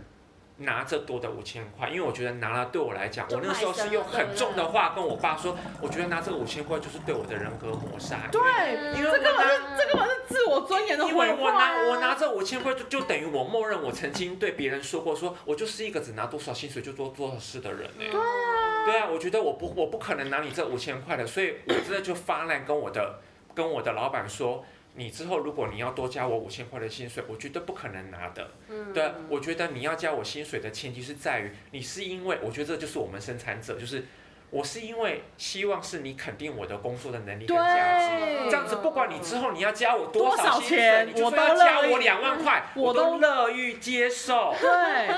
[SPEAKER 4] 拿这多的五千块，因为我觉得拿了对我来讲，
[SPEAKER 2] 就
[SPEAKER 4] 我那时候
[SPEAKER 2] 卖身
[SPEAKER 4] 是
[SPEAKER 2] 了
[SPEAKER 4] 用
[SPEAKER 2] 对不
[SPEAKER 4] 很
[SPEAKER 2] 对
[SPEAKER 4] 重的话跟我爸说，我觉得拿这五千块就是对我的人格抹杀。因为
[SPEAKER 3] 对，
[SPEAKER 2] 因
[SPEAKER 4] 为
[SPEAKER 3] 这根本是
[SPEAKER 2] 我拿
[SPEAKER 3] 这根本是自我尊严的毁
[SPEAKER 4] 因为我
[SPEAKER 3] 坏
[SPEAKER 4] 拿
[SPEAKER 3] 啊。
[SPEAKER 4] 我拿这五千块就就等于我默认我曾经对别人说过说，我就是一个只拿多少薪水就做多少事的人呢、
[SPEAKER 2] 对啊，
[SPEAKER 4] 对啊，我觉得我不我不可能拿你这五千块的，所以我真的就发难跟我的跟我的老板说，你之后如果你要多加我五千块的薪水，我绝对不可能拿的。
[SPEAKER 2] 嗯
[SPEAKER 3] 啊
[SPEAKER 4] 对，啊我觉得你要加我薪水的前提是在于你是因为，我觉得这就是我们生产者，就是我是因为希望是你肯定我的工作的能力跟价值。
[SPEAKER 3] 对，
[SPEAKER 4] 这样子，不管你之后你要加我少薪
[SPEAKER 3] 多少
[SPEAKER 4] 水，
[SPEAKER 3] 钱
[SPEAKER 4] 你就
[SPEAKER 3] 我
[SPEAKER 4] 说
[SPEAKER 3] 都
[SPEAKER 4] 要加
[SPEAKER 3] 乐意
[SPEAKER 4] 我两万块，
[SPEAKER 3] 我
[SPEAKER 4] 我都
[SPEAKER 3] 都
[SPEAKER 4] 乐意接受。 [laughs]
[SPEAKER 3] 对，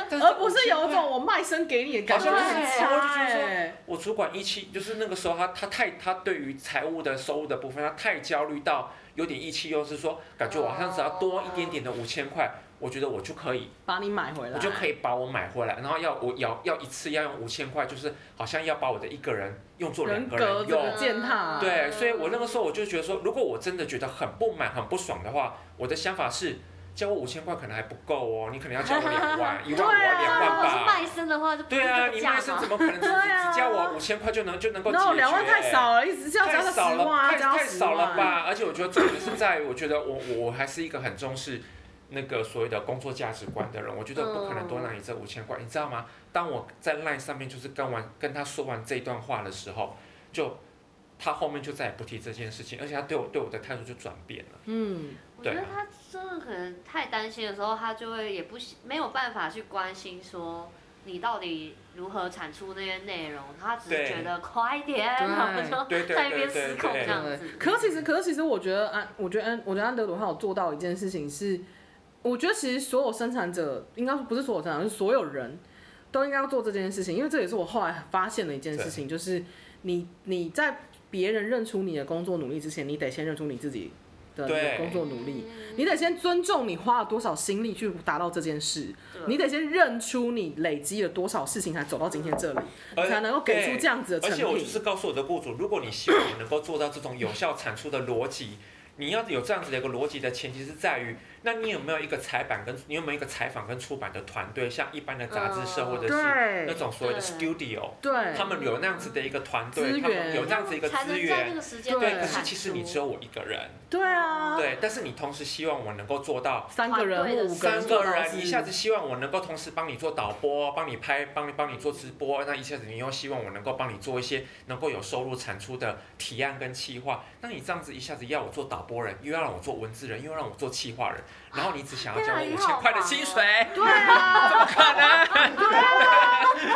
[SPEAKER 4] 但是
[SPEAKER 3] 而不是有一种我卖身给你的感觉，
[SPEAKER 2] 好像
[SPEAKER 3] 很
[SPEAKER 2] 是
[SPEAKER 3] 差
[SPEAKER 4] 我就觉得说
[SPEAKER 3] 哎。
[SPEAKER 4] 我主管一气，就是那个时候他他太他对于财务的收入的部分，他太焦虑到有点意气用事，说感觉我好像只要多一点点的五千块，我觉得我就可以，
[SPEAKER 3] 把你买回来，
[SPEAKER 4] 我就可以把我买回来，然后要我要要一次要用五千块，就是好像要把我的一个人用作两
[SPEAKER 3] 人
[SPEAKER 4] 个
[SPEAKER 3] 格
[SPEAKER 4] 人
[SPEAKER 3] 这
[SPEAKER 4] 用啊
[SPEAKER 3] 个。啊践踏，
[SPEAKER 4] 对，所以我那个时候我就觉得说，如果我真的觉得很不满、很不爽的话，我的想法是，交我五千块可能还不够哦，你可能要交我两万、一万五、
[SPEAKER 3] 对啊
[SPEAKER 4] 两
[SPEAKER 2] 如
[SPEAKER 4] 万
[SPEAKER 2] 果是
[SPEAKER 4] 吧。
[SPEAKER 2] 卖身的话，就不是
[SPEAKER 4] 对啊，
[SPEAKER 2] 这
[SPEAKER 4] 你
[SPEAKER 2] 个
[SPEAKER 4] 卖
[SPEAKER 2] 价
[SPEAKER 4] 身
[SPEAKER 2] 嘛
[SPEAKER 4] 怎。么可能只
[SPEAKER 3] 对啊
[SPEAKER 4] 只加我五千块就能就能够解决？
[SPEAKER 3] 那两万太少了，一直要加
[SPEAKER 4] 太
[SPEAKER 3] 到十
[SPEAKER 4] 少了，
[SPEAKER 3] 万啊，
[SPEAKER 4] 太
[SPEAKER 3] 加到
[SPEAKER 4] 太
[SPEAKER 3] 十
[SPEAKER 4] 少了
[SPEAKER 3] 万？
[SPEAKER 4] 吧？而且我觉得重点是在于，我觉得我我我还是一个很重视那个所谓的工作价值观的人，我觉得不可能多拿你这五千块，你知道吗？当我在 LINE 上面就是跟完跟他说完这段话的时候，就他后面就再也不提这件事情，而且他对我对我的态度就转变了。
[SPEAKER 3] 嗯，
[SPEAKER 2] 我觉
[SPEAKER 4] 对
[SPEAKER 2] 得
[SPEAKER 4] 啊
[SPEAKER 2] 他真的可能太担心的时候，他就会也不喜没有办法去关心说你到底如何产出那些内容，他只是
[SPEAKER 4] 对
[SPEAKER 2] 觉得快一点，
[SPEAKER 3] 对
[SPEAKER 2] 然后
[SPEAKER 4] 对
[SPEAKER 2] 就
[SPEAKER 4] 对
[SPEAKER 2] 在
[SPEAKER 4] 对
[SPEAKER 2] 一边
[SPEAKER 4] 对
[SPEAKER 2] 失
[SPEAKER 4] 对
[SPEAKER 2] 控这
[SPEAKER 4] 对。
[SPEAKER 2] 样
[SPEAKER 3] 对
[SPEAKER 2] 子。
[SPEAKER 3] 可是其实，可是其实，我觉得安，我觉得安，我觉得安德鲁他有做到一件事情是，我觉得其实所有生产者，应该说不是所有生产者，是所有人都应该要做这件事情，因为这也是我后来发现的一件事情，就是你你在别人认出你的工作努力之前，你得先认出你自己的你的
[SPEAKER 4] 对
[SPEAKER 3] 工作努力，
[SPEAKER 2] 嗯
[SPEAKER 3] 你得先尊重你花了多少心力去达到这件事，
[SPEAKER 2] 对
[SPEAKER 3] 你得先认出你累积了多少事情才走到今天这里，
[SPEAKER 4] 而
[SPEAKER 3] 才能够给出这样子的
[SPEAKER 4] 而
[SPEAKER 3] 成
[SPEAKER 4] 且我就
[SPEAKER 3] 品。
[SPEAKER 4] 是告诉我的雇主，如果你希望你能够做到这种有效产出的逻辑，你要有这样子的一个逻辑的前提是在于，那你有没有一个采版跟你有没有一个采访跟出版的团队，像一般的杂志社
[SPEAKER 2] 嗯
[SPEAKER 4] 或者是那
[SPEAKER 3] 哦对
[SPEAKER 4] 种所谓的
[SPEAKER 2] 对
[SPEAKER 4] studio，
[SPEAKER 3] 对
[SPEAKER 4] 他们有那样子的一个团
[SPEAKER 3] 资
[SPEAKER 4] 队，他们
[SPEAKER 3] 源
[SPEAKER 4] 有这样子一个
[SPEAKER 2] 才
[SPEAKER 4] 资
[SPEAKER 2] 能在那
[SPEAKER 4] 源。
[SPEAKER 2] 个时间
[SPEAKER 3] 对
[SPEAKER 4] 对，
[SPEAKER 2] 内
[SPEAKER 4] 可
[SPEAKER 2] 产
[SPEAKER 4] 是
[SPEAKER 2] 出
[SPEAKER 4] 其实你只有我一个人，
[SPEAKER 3] 对啊，
[SPEAKER 4] 对，但是你同时希望我能够做到
[SPEAKER 3] 三个人
[SPEAKER 2] 团队的
[SPEAKER 3] 或五个人
[SPEAKER 4] 三
[SPEAKER 3] 做
[SPEAKER 4] 个
[SPEAKER 3] 到的事，
[SPEAKER 4] 人一下子希望我能够同时帮你做导播，帮你拍，帮你帮你做直播，那一下子你又希望我能够帮你做一些能够有收入产出的提案跟企划，那你这样子一下子要我做导播人，又要让我做文字人，又要让我做企划人，然后你只想要交我
[SPEAKER 2] 天啊
[SPEAKER 4] 五
[SPEAKER 2] 你好
[SPEAKER 4] 千块的
[SPEAKER 2] 忙哦
[SPEAKER 4] 薪水，
[SPEAKER 3] 对啊，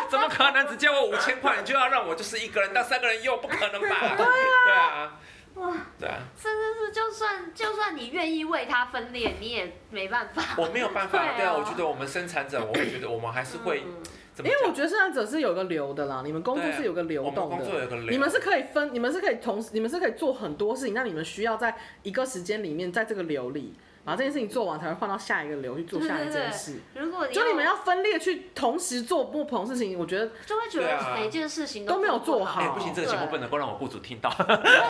[SPEAKER 4] 怎么可能只交我五千块，你就要让我就是一个人到三个人用，不可能吧？对啊，
[SPEAKER 2] 哇，
[SPEAKER 4] 对啊，
[SPEAKER 2] 甚至是就算就算你愿意为他分裂，你也没办法。
[SPEAKER 4] 我没有办法，
[SPEAKER 2] 对
[SPEAKER 4] 对
[SPEAKER 2] 啊
[SPEAKER 4] 啊，我觉得我们生产者，我会觉得我们还是会
[SPEAKER 2] 嗯
[SPEAKER 4] 怎
[SPEAKER 3] 因
[SPEAKER 4] 么
[SPEAKER 3] 为我
[SPEAKER 4] 讲？
[SPEAKER 3] 觉得生产者是有个流的啦，你们工作
[SPEAKER 4] 对
[SPEAKER 3] 是有个流
[SPEAKER 4] 我们
[SPEAKER 3] 动
[SPEAKER 4] 工作
[SPEAKER 3] 的。
[SPEAKER 4] 有个流，
[SPEAKER 3] 你们是可以分，你们是可以同时，你们是可以做很多事情，那你们需要在一个时间里面，在这个流里把这件事情做完，才会换到下一个流去做下一件事。
[SPEAKER 2] 如果你
[SPEAKER 3] 就你们
[SPEAKER 2] 要，
[SPEAKER 3] 要分裂去同时做不同事情，我觉得
[SPEAKER 2] 就会觉
[SPEAKER 4] 对
[SPEAKER 2] 得
[SPEAKER 4] 啊
[SPEAKER 2] 每件事情
[SPEAKER 3] 都没有
[SPEAKER 2] 做
[SPEAKER 3] 做
[SPEAKER 2] 好
[SPEAKER 3] 好
[SPEAKER 4] 哎、不行，这个节目不能够让我雇主听到。
[SPEAKER 2] 没有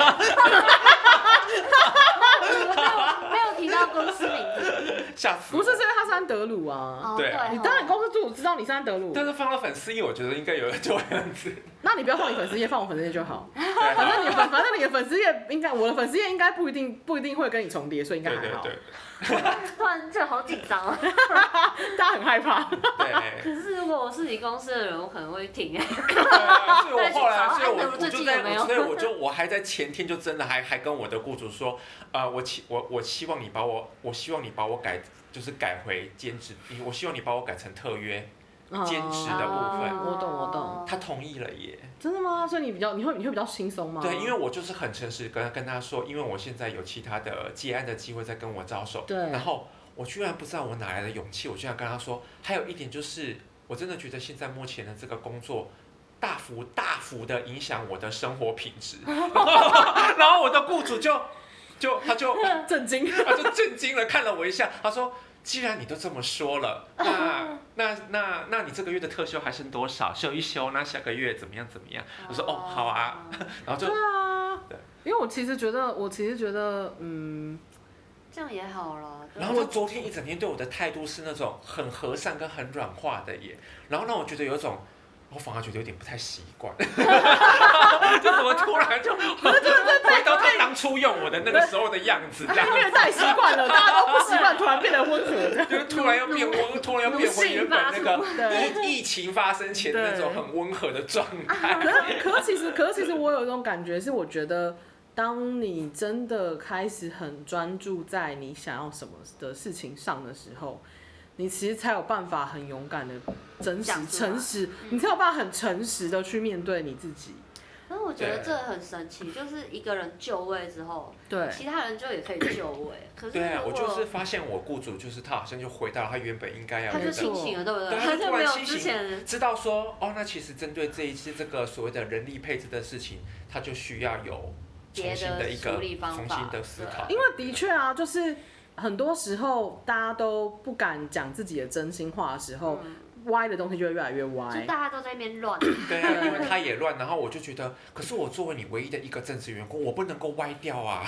[SPEAKER 2] 没有提到公司名字，
[SPEAKER 4] 吓死我！
[SPEAKER 3] 不是，是因为他是安安德鲁啊。
[SPEAKER 2] 哦，
[SPEAKER 4] 对啊
[SPEAKER 2] 哦
[SPEAKER 3] 你当然公司主知道你是安德鲁，
[SPEAKER 4] 但是放到粉丝页，我觉得应该有人就会这样子。
[SPEAKER 3] 那你不要放你粉丝页，放我粉丝页就好。
[SPEAKER 4] 对
[SPEAKER 3] 反正你的粉，反正你的粉丝页应该，我的粉丝页应该不一定不一定会跟你重叠，所以应该
[SPEAKER 4] 对
[SPEAKER 3] 还好。
[SPEAKER 4] 对对
[SPEAKER 2] 突然这好紧张啊！
[SPEAKER 3] [laughs] 大家很害怕，
[SPEAKER 4] 对。
[SPEAKER 2] 可是如果我是你公司的人，我可能会停哎、
[SPEAKER 4] 对所以我后来，
[SPEAKER 2] 那去找
[SPEAKER 4] 所以
[SPEAKER 2] 安
[SPEAKER 4] 我
[SPEAKER 2] 德鲁
[SPEAKER 4] 我
[SPEAKER 2] 最
[SPEAKER 4] 就
[SPEAKER 2] 近
[SPEAKER 4] 在
[SPEAKER 2] 有没，有
[SPEAKER 4] 所以我就我还在前天就真的还还跟我的雇主说，呃，我希我我希望你把我，我希望你把我改，就是改回兼职，我希望你把我改成特约。兼职的部分
[SPEAKER 2] 哦
[SPEAKER 3] 我懂我懂
[SPEAKER 4] 他同意了耶，
[SPEAKER 3] 真的吗？所以你比较，你会你会比较轻松吗？
[SPEAKER 4] 对，因为我就是很诚实跟跟他说，因为我现在有其他的接案的机会在跟我招手，
[SPEAKER 3] 对
[SPEAKER 4] 然后我居然不知道我哪来的勇气，我居然跟他说，还有一点就是，我真的觉得现在目前的这个工作。大幅大幅的影响我的生活品
[SPEAKER 3] [laughs]
[SPEAKER 4] 质，然后我的雇主就就他就
[SPEAKER 3] 震惊。
[SPEAKER 4] 他就震惊了，看了我一下，他说：“既然你都这么说了，
[SPEAKER 3] [laughs]
[SPEAKER 4] 那那那那你这个月的特休还剩多少？休一休，那下个月怎么样怎么样？”我说：“哦，好啊。”然后就
[SPEAKER 3] 对啊
[SPEAKER 4] 对，
[SPEAKER 3] 因为我其实觉得，我其实觉得，嗯，
[SPEAKER 2] 这样也好
[SPEAKER 4] [laughs]
[SPEAKER 2] 了。
[SPEAKER 4] 然后他昨天一整天对我的态度是那种很和善跟很软化的耶，然后让我觉得有一种，我反而觉得有点不太习
[SPEAKER 2] [laughs]
[SPEAKER 4] 惯， [laughs] 就怎么突然就 [laughs] 回到他当初用我的那个时候的样子，这样
[SPEAKER 3] 因为哎太习惯了，大家都不习惯，突然变得温和这样。
[SPEAKER 4] 就是突然又变温，突然又变回原本那
[SPEAKER 2] [laughs] 奴
[SPEAKER 4] 个
[SPEAKER 2] 性
[SPEAKER 3] 对
[SPEAKER 4] 疫疫情发生前
[SPEAKER 3] 对
[SPEAKER 4] 那种很温和的状态。
[SPEAKER 3] 可是，可是其实，可是其实，我有一种感觉是，我觉得，当你真的开始很专注在你想要什么的事情上的时候，你其实才有办法很勇敢的、真实、
[SPEAKER 2] 讲出来嗯
[SPEAKER 3] 诚实，你才有办法很诚实的去面对你自己。
[SPEAKER 2] 然后我觉得这很神奇，就是一个人就位之后，
[SPEAKER 3] 对，
[SPEAKER 2] 其他人就也可以就位。 [laughs] 可是
[SPEAKER 4] 对啊，
[SPEAKER 2] 如
[SPEAKER 4] 我
[SPEAKER 2] 果
[SPEAKER 4] 就是发现我雇主就是他好像就回到了他原本应该要
[SPEAKER 2] 他
[SPEAKER 4] 有
[SPEAKER 2] 就
[SPEAKER 4] 的
[SPEAKER 2] 清醒了，对不
[SPEAKER 4] 对
[SPEAKER 2] 对？
[SPEAKER 4] 他
[SPEAKER 2] 他
[SPEAKER 4] 就
[SPEAKER 2] 就
[SPEAKER 4] 突
[SPEAKER 2] 没
[SPEAKER 4] 然
[SPEAKER 2] 有
[SPEAKER 4] 清醒
[SPEAKER 2] 之前
[SPEAKER 4] 知道说，哦，那其实针对这一次这个所谓的人力配置的事情，他就需要有重新一个
[SPEAKER 2] 别的处理方法
[SPEAKER 4] 重新的思考，
[SPEAKER 2] 对
[SPEAKER 3] 因为的确啊，就是很多时候大家都不敢讲自己的真心话的时候，
[SPEAKER 2] 嗯
[SPEAKER 3] 歪的东西就会越来越歪
[SPEAKER 2] 就。大家都在那边乱，
[SPEAKER 4] 对啊，因为他也乱，然后我就觉得，可是我作为你唯一的一个正式员工，我不能够歪掉啊。